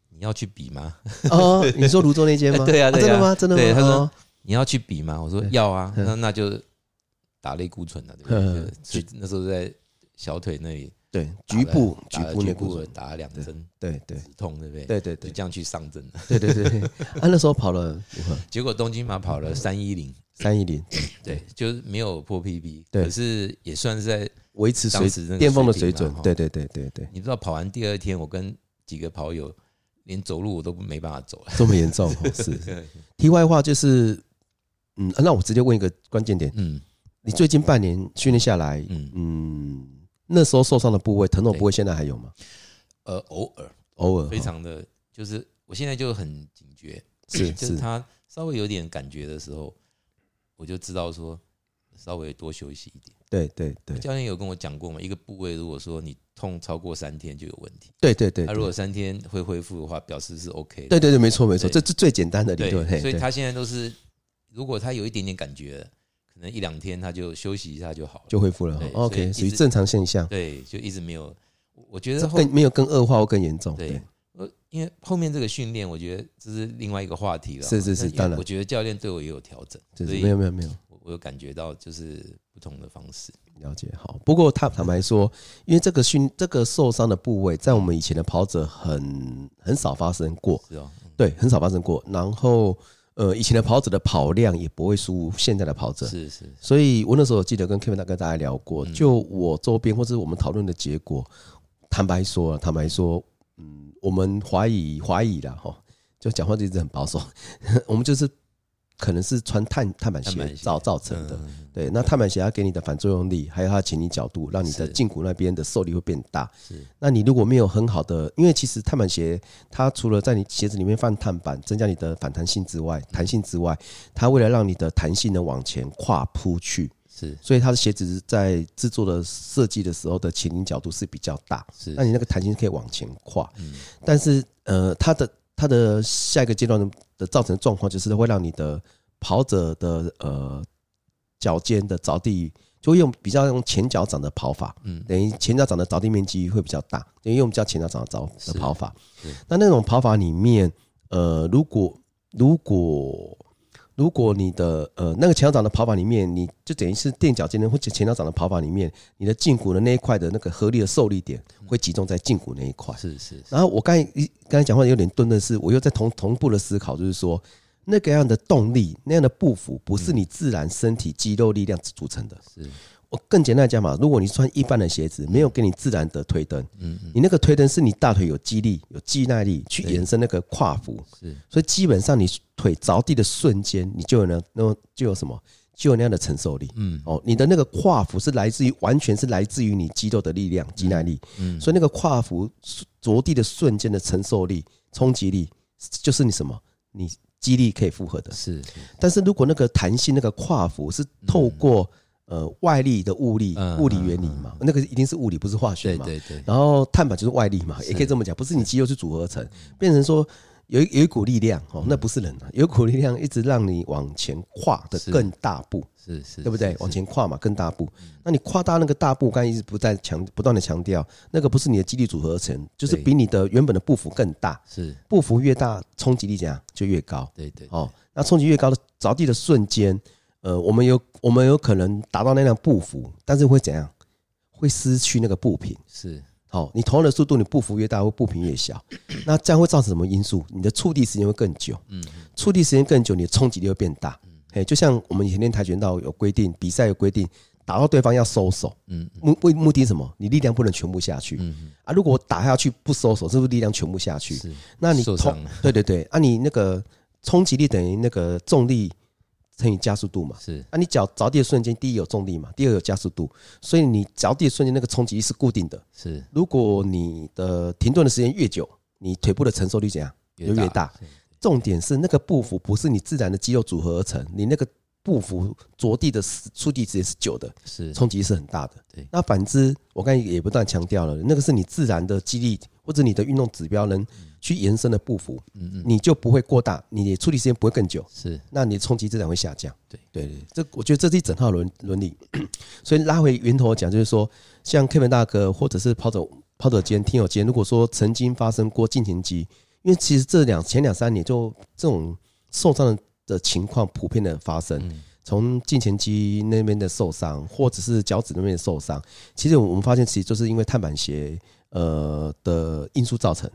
Speaker 2: 你要去比吗？
Speaker 1: 哦，你说泸州那间吗？
Speaker 2: 对啊对啊
Speaker 1: 真的吗？真的吗？
Speaker 2: 对他说
Speaker 1: 哦
Speaker 2: 你要去比吗？”我说
Speaker 1: 对：“
Speaker 2: 要 啊。”
Speaker 1: 嗯
Speaker 2: 那那就打类固醇了，啊 对不对
Speaker 1: 嗯？
Speaker 2: 就就那时候在小腿那里
Speaker 1: 对
Speaker 2: 打了
Speaker 1: 局部局
Speaker 2: 打了
Speaker 1: 部
Speaker 2: 局
Speaker 1: 那
Speaker 2: 部
Speaker 1: 部
Speaker 2: 的，打了两针
Speaker 1: 对对
Speaker 2: 止痛，对不对？
Speaker 1: 对对
Speaker 2: 就
Speaker 1: 对
Speaker 2: 这样去上阵了。
Speaker 1: 对对对， 啊那时候跑了
Speaker 2: 结果东京马跑了三一零，
Speaker 1: 三一零，
Speaker 2: 对，就是没有破 PB，
Speaker 1: 对
Speaker 2: 可是也算是在
Speaker 1: 维持水
Speaker 2: 当时那个
Speaker 1: 巅峰的
Speaker 2: 水
Speaker 1: 水
Speaker 2: 平嘛
Speaker 1: 准
Speaker 2: 哈，
Speaker 1: 对对对对对，
Speaker 2: 你知道跑完第二天，我跟几个跑友连走路我都没办法走了。
Speaker 1: 这么严重哦是。题外话就是，嗯，啊那我直接问一个关键点，
Speaker 2: 嗯
Speaker 1: 你最近半年训练下来，
Speaker 2: 嗯，
Speaker 1: 嗯，那时候受伤的部位、疼痛部位现在还有吗？
Speaker 2: 呃，偶尔
Speaker 1: 偶尔哈
Speaker 2: 非常的就是我现在就很警觉，
Speaker 1: 是
Speaker 2: 就是
Speaker 1: 是，
Speaker 2: 他稍微有点感觉的时候，我就知道说稍微多休息一点。
Speaker 1: 对对对
Speaker 2: 教练有跟我讲过嘛，一个部位如果说你痛超过三天就有问题，
Speaker 1: 对对对
Speaker 2: 他、，如果三天会恢复的话，表示是 OK 的。
Speaker 1: 对对对，没错没错，
Speaker 2: 对
Speaker 1: 这是最简单的理论，嘿
Speaker 2: 所以
Speaker 1: 对
Speaker 2: 他现在都是，如果他有一点点感觉，可能一两天他就休息一下就好了。
Speaker 1: 就恢复了哈
Speaker 2: 对所以
Speaker 1: ，OK，
Speaker 2: 一直
Speaker 1: 属于正常现象，
Speaker 2: 对，就一直没有。我我觉
Speaker 1: 这
Speaker 2: 得后
Speaker 1: 更没有更恶化或更严重，
Speaker 2: 对
Speaker 1: 对，
Speaker 2: 呃，因为后面这个训练，我觉得这是另外一个话题了。
Speaker 1: 是是是
Speaker 2: 但因为
Speaker 1: 当然
Speaker 2: 我觉得教练对我也有调整，
Speaker 1: 就
Speaker 2: 所
Speaker 1: 是
Speaker 2: 以
Speaker 1: 没有没有没有。
Speaker 2: 我我有感觉到就是不同的方式。
Speaker 1: 了解好，不过他坦白说，因为这个训这个受伤的部位，在我们以前的跑者很很少发生过，
Speaker 2: 是哦，嗯
Speaker 1: 对，很少发生过。然后呃，以前的跑者的跑量也不会输现在的跑者，
Speaker 2: 是是，
Speaker 1: 所以我那时候记得跟 Kevin 大哥大家聊过，
Speaker 2: 嗯
Speaker 1: 就我周边或者我们讨论的结果，坦白说，啊坦白说，嗯，我们怀疑怀疑啦，哈，就讲话就一直很保守， 我们就是可能是穿碳碳板
Speaker 2: 碳板
Speaker 1: 鞋
Speaker 2: 鞋
Speaker 1: 造造成的。
Speaker 2: 嗯，嗯嗯
Speaker 1: 对，那碳板鞋它给你的反作用力，还有它的前倾角度，让你的
Speaker 2: 是
Speaker 1: 胫骨那边的受力会变大。
Speaker 2: 是
Speaker 1: 那你如果没有很好的，因为其实碳板鞋它除了在你鞋子里面放碳板，增加你的反弹性之外，弹性之外，它为了让你的弹性能往前跨扑去，
Speaker 2: 是
Speaker 1: 所以它的鞋子在制作的设计的时候的前倾角度是比较大，
Speaker 2: 嗯是，
Speaker 1: 那你那个弹性可以往前跨。
Speaker 2: 嗯
Speaker 1: 但是呃，它的它的下一个阶段的的造成的状况就是会让你的跑者的呃脚尖的着地，就会用比较用前脚掌的跑法，
Speaker 2: 嗯
Speaker 1: 等于前脚掌的着地面积会比较大，等于用比较前脚掌的着
Speaker 2: 是
Speaker 1: 的跑法
Speaker 2: 是。
Speaker 1: 那那种跑法里面，呃，如果如果如果你的呃那个前脚掌的跑法里面，你就等于是垫脚尖的或者前脚掌的跑法里面，你的胫骨的那一块的那个合力的受力点
Speaker 2: 嗯
Speaker 1: 会集中在胫骨那一块。
Speaker 2: 是是是
Speaker 1: 然后我刚才一刚才讲话有点顿的是，我又在同同步的思考，就是说那个样的动力、那样的步幅，不是你自然身体肌肉力量组成的。
Speaker 2: 是，
Speaker 1: 我更简单地讲嘛，如果你穿一般的鞋子，没有给你自然的推蹬，
Speaker 2: 嗯嗯
Speaker 1: 你那个推蹬是你大腿有肌力、有肌耐力去延伸那个跨幅，
Speaker 2: 是
Speaker 1: 所以基本上你腿着地的瞬间，你就有那那就有什么，就有那样的承受力。
Speaker 2: 嗯
Speaker 1: 哦，你的那个跨幅是来自于完全是来自于你肌肉的力量、肌耐力，
Speaker 2: 嗯，
Speaker 1: 所以那个跨幅着地的瞬间的承受力、冲击力，就是你什么，你肌力可以负荷的。
Speaker 2: 是是
Speaker 1: 但是如果那个弹性那个跨幅是透过、呃外力的物理
Speaker 2: 嗯
Speaker 1: 物理原理嘛，那个一定是物理，不是化学
Speaker 2: 对
Speaker 1: 嘛。
Speaker 2: 对对，
Speaker 1: 然后碳板就是外力嘛，
Speaker 2: 是嗯
Speaker 1: 也可以这么讲，不是你肌肉去组合成，变成说有一有一股力量哦，那不是人啊，有一股力量一直让你往前跨的
Speaker 2: 是
Speaker 1: 更大步，
Speaker 2: 是是，
Speaker 1: 对不对
Speaker 2: 是？嗯
Speaker 1: 往前跨嘛，更大步。那你跨大那个大步，刚才一直不在强不断的强调，那个不是你的肌力组合而成，就是
Speaker 2: 对
Speaker 1: 比你的原本的步幅更大，
Speaker 2: 是，
Speaker 1: 步幅越大，冲击力怎样就越高。
Speaker 2: 对对
Speaker 1: 哦，那冲击越高的着地的瞬间，呃，我们有我们有可能达到那辆步幅，但是会怎样？会失去那个步频。
Speaker 2: 是
Speaker 1: 好、你同样的速度，你步幅越大，会步频越小。那这样会造成什么因素？你的触地时间会更久，
Speaker 2: 嗯
Speaker 1: 触地时间更久，你的冲击力会变大。哎，就像我们以前练跆拳道有规定，比赛有规定，打到对方要收手，
Speaker 2: 嗯嗯
Speaker 1: 目为目的是什么？你力量不能全部下去
Speaker 2: 嗯，
Speaker 1: 啊！如果我打下去不收手，是不是力量全部下去？
Speaker 2: 是，
Speaker 1: 那你
Speaker 2: 受
Speaker 1: 同
Speaker 2: 伤了
Speaker 1: 对对对，啊，你那个冲击力等于那个重力乘以加速度嘛。
Speaker 2: 是
Speaker 1: 啊，你脚着地的瞬间，第一有重力嘛，第二有加速度，所以你着地的瞬间那个冲击力是固定的。
Speaker 2: 是
Speaker 1: 如果你的停顿的时间越久，你腿部的承受力怎样？就越大，
Speaker 2: 是
Speaker 1: 重点是那个步幅不是你自然的肌肉组合而成，你那个步幅着地的时触地时间是久的，
Speaker 2: 是
Speaker 1: 冲击是很大的。
Speaker 2: 对
Speaker 1: 那反之，我刚才也不断强调了，那个是你自然的肌力或者你的运动指标能去延伸的步幅，
Speaker 2: 嗯嗯
Speaker 1: 你就不会过大，你的处理时间不会更久，
Speaker 2: 是
Speaker 1: 那你的冲击自然会下降。
Speaker 2: 对
Speaker 1: 对对，这我觉得这是一整套伦伦理。 所以拉回源头讲，就是说，像 Kevin 大哥或者是跑者跑者间、听友间，如果说曾经发生过进行机，因为其实这两前两三年就这种受伤的的情况普遍的发生，
Speaker 2: 嗯
Speaker 1: 从胫前肌那边的受伤，或者是脚趾那边的受伤，其实我们发现，其实就是因为碳板鞋呃的因素造成。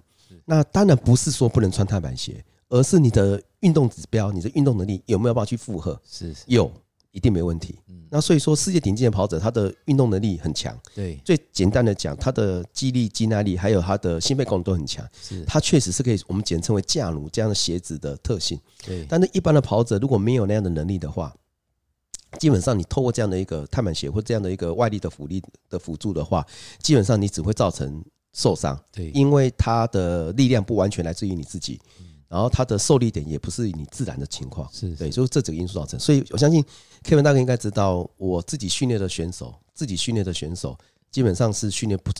Speaker 1: 那当然不是说不能穿碳板鞋，而是你的运动指标、你的运动能力有没有办法去负荷？
Speaker 2: 是是嗯
Speaker 1: 有，一定没问题。那所以说，世界顶尖的跑者，他的运动能力很强。
Speaker 2: 对，
Speaker 1: 最简单的讲，他的肌力、肌耐力，还有他的心肺功能都很强。
Speaker 2: 是，
Speaker 1: 他确实是可以我们简称为架弩这样的鞋子的特性。
Speaker 2: 对，
Speaker 1: 但是，一般的跑者如果没有那样的能力的话，基本上你透过这样的一个碳板鞋或这样的一个外力的辅力的辅助的话，基本上你只会造成受伤，
Speaker 2: 对，嗯
Speaker 1: 因为它的力量不完全来自于你自己，然后它的受力点也不是你自然的情况。
Speaker 2: 是，
Speaker 1: 对，就是这几个因素造成。所以我相信 Kevin 大哥应该知道，我自己训练的选手，自己训练的选手基本上是训练不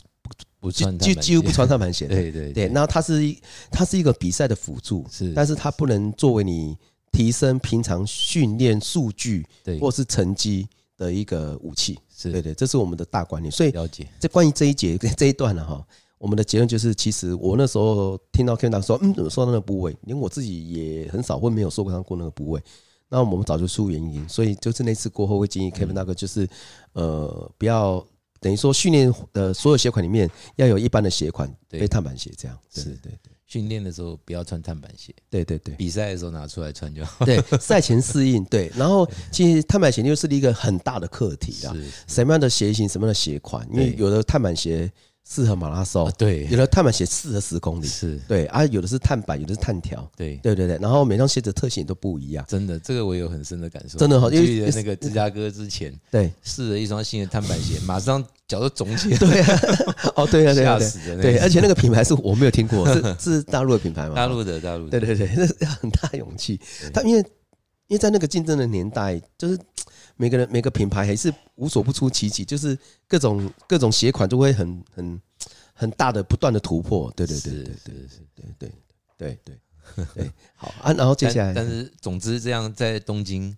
Speaker 2: 不
Speaker 1: 几
Speaker 2: 穿
Speaker 1: 几几乎不穿
Speaker 2: 他
Speaker 1: 碳板鞋的。
Speaker 2: 对对
Speaker 1: 对，那它是一它是一个比赛的辅助，
Speaker 2: 是，
Speaker 1: 但是它不能作为你提升平常训练数据
Speaker 2: 对，
Speaker 1: 或是成绩的一个武器。
Speaker 2: 是
Speaker 1: 对对，这是我们的大观念。所以
Speaker 2: 了解，
Speaker 1: 这关于这一节 这一段呢，啊哈，我们的结论就是，其实我那时候听到 Ken 大说，嗯，怎么说到那个部位，连我自己也很少会没有受过伤过那个部位。那我们早就出原因，所以就是那次过后会建议
Speaker 2: 嗯
Speaker 1: Kevin 大哥，就是、呃，不要等于说训练的所有鞋款里面要有一般的鞋款，
Speaker 2: 对
Speaker 1: 非碳板鞋这样。对
Speaker 2: 是
Speaker 1: 对
Speaker 2: 训练的时候不要穿碳板鞋，
Speaker 1: 对对对
Speaker 2: 比赛的时候拿出来穿 就好。
Speaker 1: 对对，赛前适应对，然后其实碳板鞋又是一个很大的课题啦，
Speaker 2: 是
Speaker 1: 什么样的鞋型，什么样的鞋款，因为
Speaker 2: 对
Speaker 1: 有的碳板鞋适合马拉松
Speaker 2: 啊，， 对
Speaker 1: 有，的碳板鞋适合十公里，
Speaker 2: 是，
Speaker 1: 对啊，有的是碳板，有的是碳条，
Speaker 2: 对，
Speaker 1: 对对对，然后每双鞋子特性都不一样，
Speaker 2: 真的，这个我有很深的感受。
Speaker 1: 真的哈
Speaker 2: 我
Speaker 1: 因为
Speaker 2: 记得那个芝加哥之前
Speaker 1: 对
Speaker 2: 试了一双新的碳板鞋，马上脚都肿起来，
Speaker 1: 对啊， 哦对啊对啊
Speaker 2: 吓
Speaker 1: 对啊
Speaker 2: 死的那
Speaker 1: 对，
Speaker 2: 种
Speaker 1: 而且那个品牌是我没有听 过，是是大陆的品牌嘛？
Speaker 2: 大陆的大陆的
Speaker 1: 对对 对，那是要很大勇气，他因为因为在那个竞争的年代，就是嘖每个人每个品牌还是无所不出其极，就是各种各种鞋款都会很很嘖很大的不断的突破，对对对对
Speaker 2: 是是是。
Speaker 1: 对对对对对，好啊，然后接下
Speaker 2: 但但
Speaker 1: 来
Speaker 2: 是总之这样在东京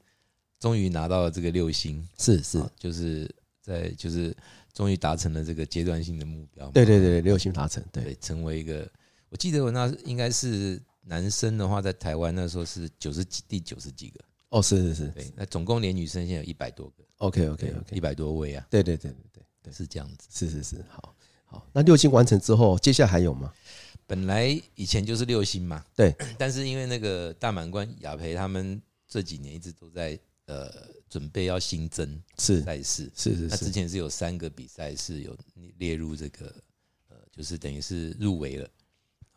Speaker 2: 终于拿到了这个六星，
Speaker 1: 是是
Speaker 2: 啊，就是在就是终于达成了这个阶段性的目标嘛，
Speaker 1: 对对对对，六星达成，对
Speaker 2: 对，成为一个，我记得我那应该是男生的话，在台湾那时候是九十几第九十几个，
Speaker 1: 哦是是是
Speaker 2: 对，那总共连女生现在有一百多个
Speaker 1: ，OK OK OK，
Speaker 2: 一百多位啊，
Speaker 1: 对对对对对，
Speaker 2: 是这样子。
Speaker 1: 是是是，好好，那六星完成之后，接下来还有吗？
Speaker 2: 本来以前就是六星嘛，
Speaker 1: 对，
Speaker 2: 但是因为那个大满贯雅培他们这几年一直都在呃准备要新增
Speaker 1: 是
Speaker 2: 赛事，
Speaker 1: 是是
Speaker 2: 那之
Speaker 1: 是，
Speaker 2: 前是有三个比赛是有列入这个呃，就是等于是入围了，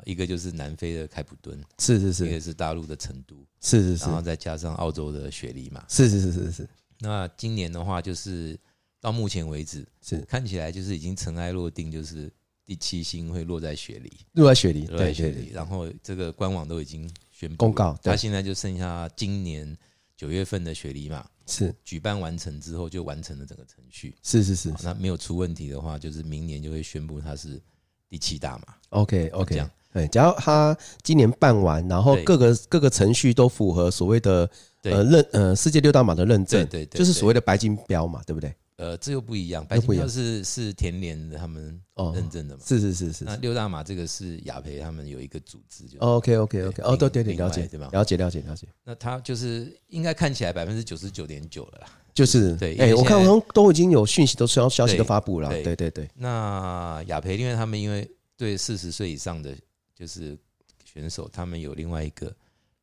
Speaker 2: 一个就是南非的开普敦，
Speaker 1: 是是
Speaker 2: 一个
Speaker 1: 是
Speaker 2: 是大陆的成都，
Speaker 1: 是是
Speaker 2: 然后
Speaker 1: 是
Speaker 2: 再加上澳洲的雪梨嘛。
Speaker 1: 是是是是是
Speaker 2: 那今年的话，就是到目前为止
Speaker 1: 是，
Speaker 2: 看起来就是已经尘埃落定，就是第七星会落在雪梨，
Speaker 1: 入来雪梨，
Speaker 2: 落在
Speaker 1: 对
Speaker 2: 雪
Speaker 1: 对
Speaker 2: 梨。
Speaker 1: 对，
Speaker 2: 然后这个官网都已经宣布
Speaker 1: 公
Speaker 2: 了，
Speaker 1: 告
Speaker 2: 它
Speaker 1: 对
Speaker 2: 现在就剩下今年九月份的雪梨嘛，
Speaker 1: 是
Speaker 2: 举办完成之后就完成了整个程序。
Speaker 1: 是是是
Speaker 2: 好哦那没有出问题的话，就是明年就会宣布它是第七大嘛。
Speaker 1: ，OK
Speaker 2: 这
Speaker 1: OK
Speaker 2: 样。
Speaker 1: 对，只要他今年办完，然后
Speaker 2: 对
Speaker 1: 各个各个程序都符合所谓的
Speaker 2: 对
Speaker 1: 呃认呃世界六大马的认
Speaker 2: 对
Speaker 1: 证，
Speaker 2: 对对，
Speaker 1: 就是所谓
Speaker 2: 的
Speaker 1: 的白金标嘛，对不对？
Speaker 2: 呃，这又不一样，白
Speaker 1: 又
Speaker 2: 金
Speaker 1: 不一
Speaker 2: 标
Speaker 1: 样
Speaker 2: 是是田联的他们
Speaker 1: 哦，
Speaker 2: 认证的嘛。
Speaker 1: 是是是是
Speaker 2: 那六大马这个是雅培他们有一个组织，就是
Speaker 1: ，OK OK OK，
Speaker 2: 对
Speaker 1: 哦，对对对，
Speaker 2: 另
Speaker 1: 了解
Speaker 2: 另外对吧
Speaker 1: 了解了解了解，
Speaker 2: 那他就是应该看起来百分之九十九点九了啦。
Speaker 1: 就是
Speaker 2: 对因为
Speaker 1: 哎，我看
Speaker 2: 现在
Speaker 1: 好像都已经有讯息都消消息都发布了，
Speaker 2: 对
Speaker 1: 对对对，
Speaker 2: 那雅培因为他们因为对四十岁以上的就是选手，他们有另外一个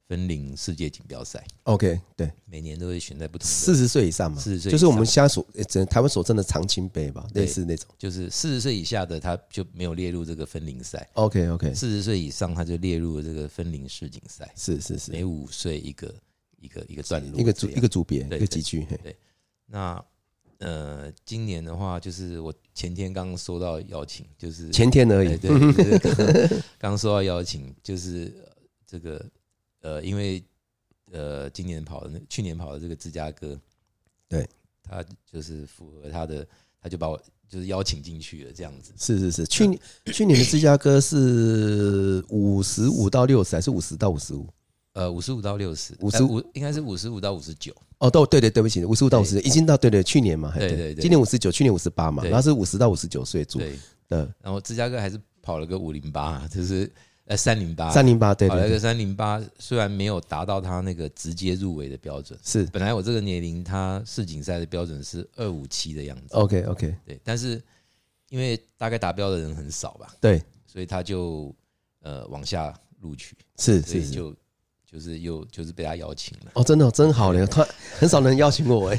Speaker 2: 分龄世界锦标赛，
Speaker 1: OK，对，
Speaker 2: 每年都会选在不同的
Speaker 1: 四十岁以上嘛，
Speaker 2: 40岁以上
Speaker 1: 就是我们现在所呃整台湾所称的常青杯吧，
Speaker 2: 对
Speaker 1: 类似那种。
Speaker 2: 就是四十岁以下的他就没有列入这个分龄赛。
Speaker 1: OK OK，
Speaker 2: 四十岁以上，他就列入了这个分龄世锦赛，
Speaker 1: 是是
Speaker 2: 每
Speaker 1: 是，
Speaker 2: 五岁一个一个一个段落这样，
Speaker 1: 一个组一个组别，
Speaker 2: 对
Speaker 1: 一个集区，嘿
Speaker 2: 那呃，今年的话，就是我前天刚收到邀请，就是
Speaker 1: 前天而
Speaker 2: 哎
Speaker 1: 已。
Speaker 2: 对，就是刚刚收到邀请，就是呃这个呃，因为呃，今年跑的那去年跑的这个芝加哥，
Speaker 1: 对，
Speaker 2: 他就是符合他的，他就把我就是邀请进去了，这样子。
Speaker 1: 是是是，去年去年的芝加哥是五十五到六十，还是五十到五十五？
Speaker 2: 呃，五十五到六十，
Speaker 1: 55
Speaker 2: 呃五应该是五十五到五十九，
Speaker 1: 哦，都对对，对不起，五十五到五十，已经到对对，去年嘛，嘿
Speaker 2: 对对对
Speaker 1: 今年五十九，去年五十八嘛，
Speaker 2: 对
Speaker 1: 然后是五十到五十九岁组
Speaker 2: 对，
Speaker 1: 的
Speaker 2: 然后芝加哥还是跑了个五零八，就是呃三零八，
Speaker 1: 三零八，对
Speaker 2: 跑
Speaker 1: 对
Speaker 2: 了
Speaker 1: 对
Speaker 2: 个三零八，虽然没有达到他那个直接入围的标准，
Speaker 1: 是
Speaker 2: 本来我这个年龄他世锦赛的标准是二五七的样子，
Speaker 1: OK OK，
Speaker 2: 对，但是因为大概达标的人很少吧，
Speaker 1: 对，
Speaker 2: 所以他就呃往下录取，
Speaker 1: 是
Speaker 2: 所
Speaker 1: 是
Speaker 2: 以
Speaker 1: 是，
Speaker 2: 就就是又就是被他邀请了。
Speaker 1: 哦，真的哦、真好嘞，他很少人邀请我 哎，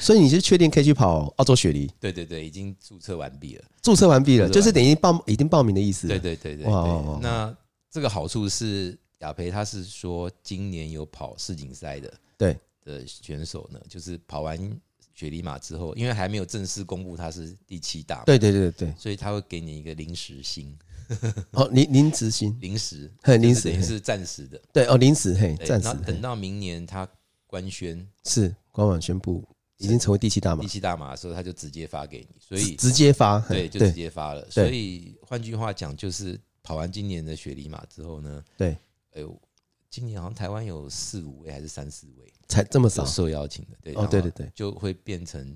Speaker 1: 所以你是确定可以去跑澳洲雪梨？
Speaker 2: 对对对，已经注册完毕了。
Speaker 1: 注册完毕了，
Speaker 2: 注册完毕
Speaker 1: 就是等于报已经报名的意思。
Speaker 2: 对对对对
Speaker 1: 哇哇哇
Speaker 2: 对。那这个好处是雅培他是说今年有跑世锦赛的，
Speaker 1: 对
Speaker 2: 的选手呢，就是跑完雪梨马之后，因为还没有正式公布他是第七大嘛，
Speaker 1: 对对对对，
Speaker 2: 所以他会给你一个临时薪，
Speaker 1: 哦，临临时薪，
Speaker 2: 临时
Speaker 1: 很临
Speaker 2: 就是
Speaker 1: 时
Speaker 2: 等于
Speaker 1: 嘿
Speaker 2: 是暂时的，
Speaker 1: 对哦，临时嘿，
Speaker 2: 对
Speaker 1: 暂时
Speaker 2: 然后
Speaker 1: 嘿
Speaker 2: 等到明年他官宣
Speaker 1: 是官网宣布已经成为第七大马
Speaker 2: 第，七大马的时候，他就直接发给你，所
Speaker 1: 直
Speaker 2: 以
Speaker 1: 直接发，嘿
Speaker 2: 对就直接发了。所
Speaker 1: 对
Speaker 2: 以换句话讲，就是跑完今年的雪梨马之后呢，
Speaker 1: 对，
Speaker 2: 哎呦，今年好像台湾有四五位还是三四位
Speaker 1: 才这么
Speaker 2: 有
Speaker 1: 少
Speaker 2: 受邀请的，对，
Speaker 1: 哦，对对，对，
Speaker 2: 就会变成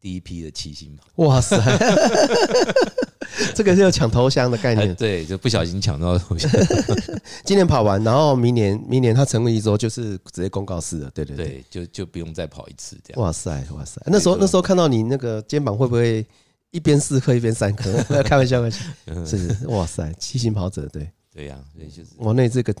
Speaker 2: 第一批的七星跑。
Speaker 1: 哇塞， 这个是有抢头香的概
Speaker 2: 哎，
Speaker 1: 念。
Speaker 2: 对，就不小心抢到东西。
Speaker 1: 今年跑完，然后明年明年他成立之后就是直接公告式了，对对哦对。
Speaker 2: 对，就就不用再跑一次这样。
Speaker 1: 哇塞哇塞，那时候
Speaker 2: 对
Speaker 1: 那时候看到你那个肩膀会不会一边四颗一边三颗？ 没有开玩笑，开玩笑，
Speaker 2: 嗯
Speaker 1: 是是哇塞，七星跑者对，
Speaker 2: 对呀、所以就是
Speaker 1: 哇那这个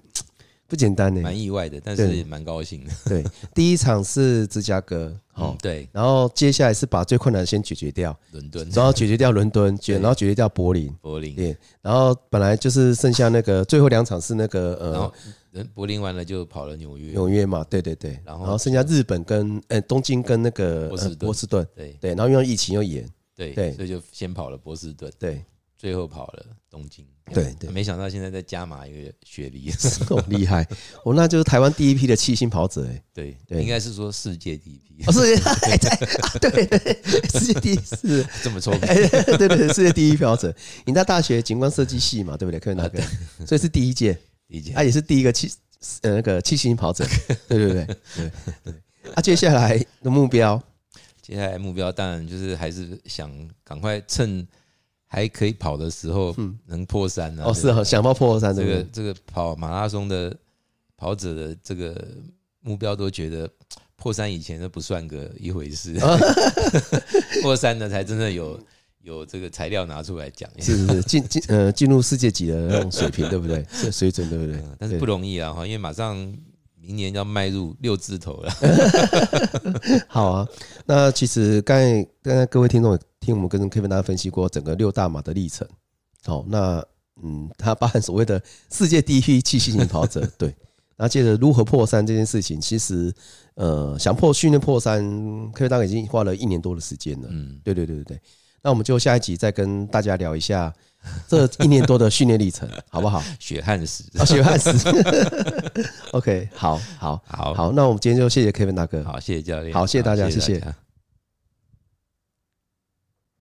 Speaker 1: 不简单呢。
Speaker 2: 蛮意外的，但
Speaker 1: 对
Speaker 2: 是也蛮高兴的。
Speaker 1: 对，第一场是芝加 哥，好、
Speaker 2: 嗯，对，
Speaker 1: 然后接下来是把最困难的先解决掉，
Speaker 2: 伦敦、
Speaker 1: 然后解决掉伦敦，解
Speaker 2: 对
Speaker 1: 然后解决掉柏林，
Speaker 2: 柏林，
Speaker 1: 对，然后本来就是剩下那个最后两场是那个
Speaker 2: 然
Speaker 1: 呃
Speaker 2: 后伦柏林完了就跑了纽约，
Speaker 1: 纽约嘛，对对对，
Speaker 2: 然
Speaker 1: 然
Speaker 2: 后
Speaker 1: 后剩下日本跟呃东京跟那个
Speaker 2: 波士
Speaker 1: 呃
Speaker 2: 顿
Speaker 1: 波士顿，
Speaker 2: 对
Speaker 1: 对，然后因为疫情又延，
Speaker 2: 对
Speaker 1: 对
Speaker 2: 所以就先跑了波士顿，
Speaker 1: 对，
Speaker 2: 最后跑了东京。
Speaker 1: 对对
Speaker 2: 没想到现在在加码一个雪 梨，
Speaker 1: 好哦厉害，我那就是台湾第一批的七星跑者哎，
Speaker 2: 对，
Speaker 1: 对
Speaker 2: 应该是说世界第 一批，
Speaker 1: 哦是，哎对啊对对，世界第一是
Speaker 2: 这么臭屁。
Speaker 1: 哎， 对对对，世界第一标准。你在大学景观设计系嘛，对不啊对？科员大哥，所以是第一届，
Speaker 2: 理解
Speaker 1: 啊，也是第一个七呃那个七星跑者，对对对对对。啊，接下来的目标，
Speaker 2: 接下来目标当然就是还是想赶快趁还可以跑的时候能破三啊。
Speaker 1: 哦是哦，想到破三
Speaker 2: 这
Speaker 1: 对不
Speaker 2: 个
Speaker 1: 对？
Speaker 2: 这个跑马拉松的跑者的这个目标都觉得破三以前都不算个一 回事，破三呢才真的有有这个材料拿出来讲一下
Speaker 1: 是。是是，进进呃进入世界级的那种水平，对不对？是水准对不对？
Speaker 2: 但是不容易啊哈，因为马上明年要迈入六字头了。
Speaker 1: 好啊，那其实刚才刚才各位听众也听我们跟 Kevin 大家分析过整个六大马的历程。好、那嗯，它包含所谓的世界第一批七星型跑者，对。然后接着如何破三这件事情，其实呃，想破训练破三，Kevin 大概已经花了一年多的时间了。
Speaker 2: 嗯，
Speaker 1: 对对对对对。那我们就下一集再跟大家聊一下这一年多的训练历程，好不好？
Speaker 2: 血汗史。
Speaker 1: 啊，血汗史。OK，好好
Speaker 2: 好
Speaker 1: 好，那我们今天就谢谢 Kevin 大哥。
Speaker 2: 好，谢谢教练。
Speaker 1: 好谢谢大家
Speaker 2: 好
Speaker 1: 谢谢
Speaker 2: 大家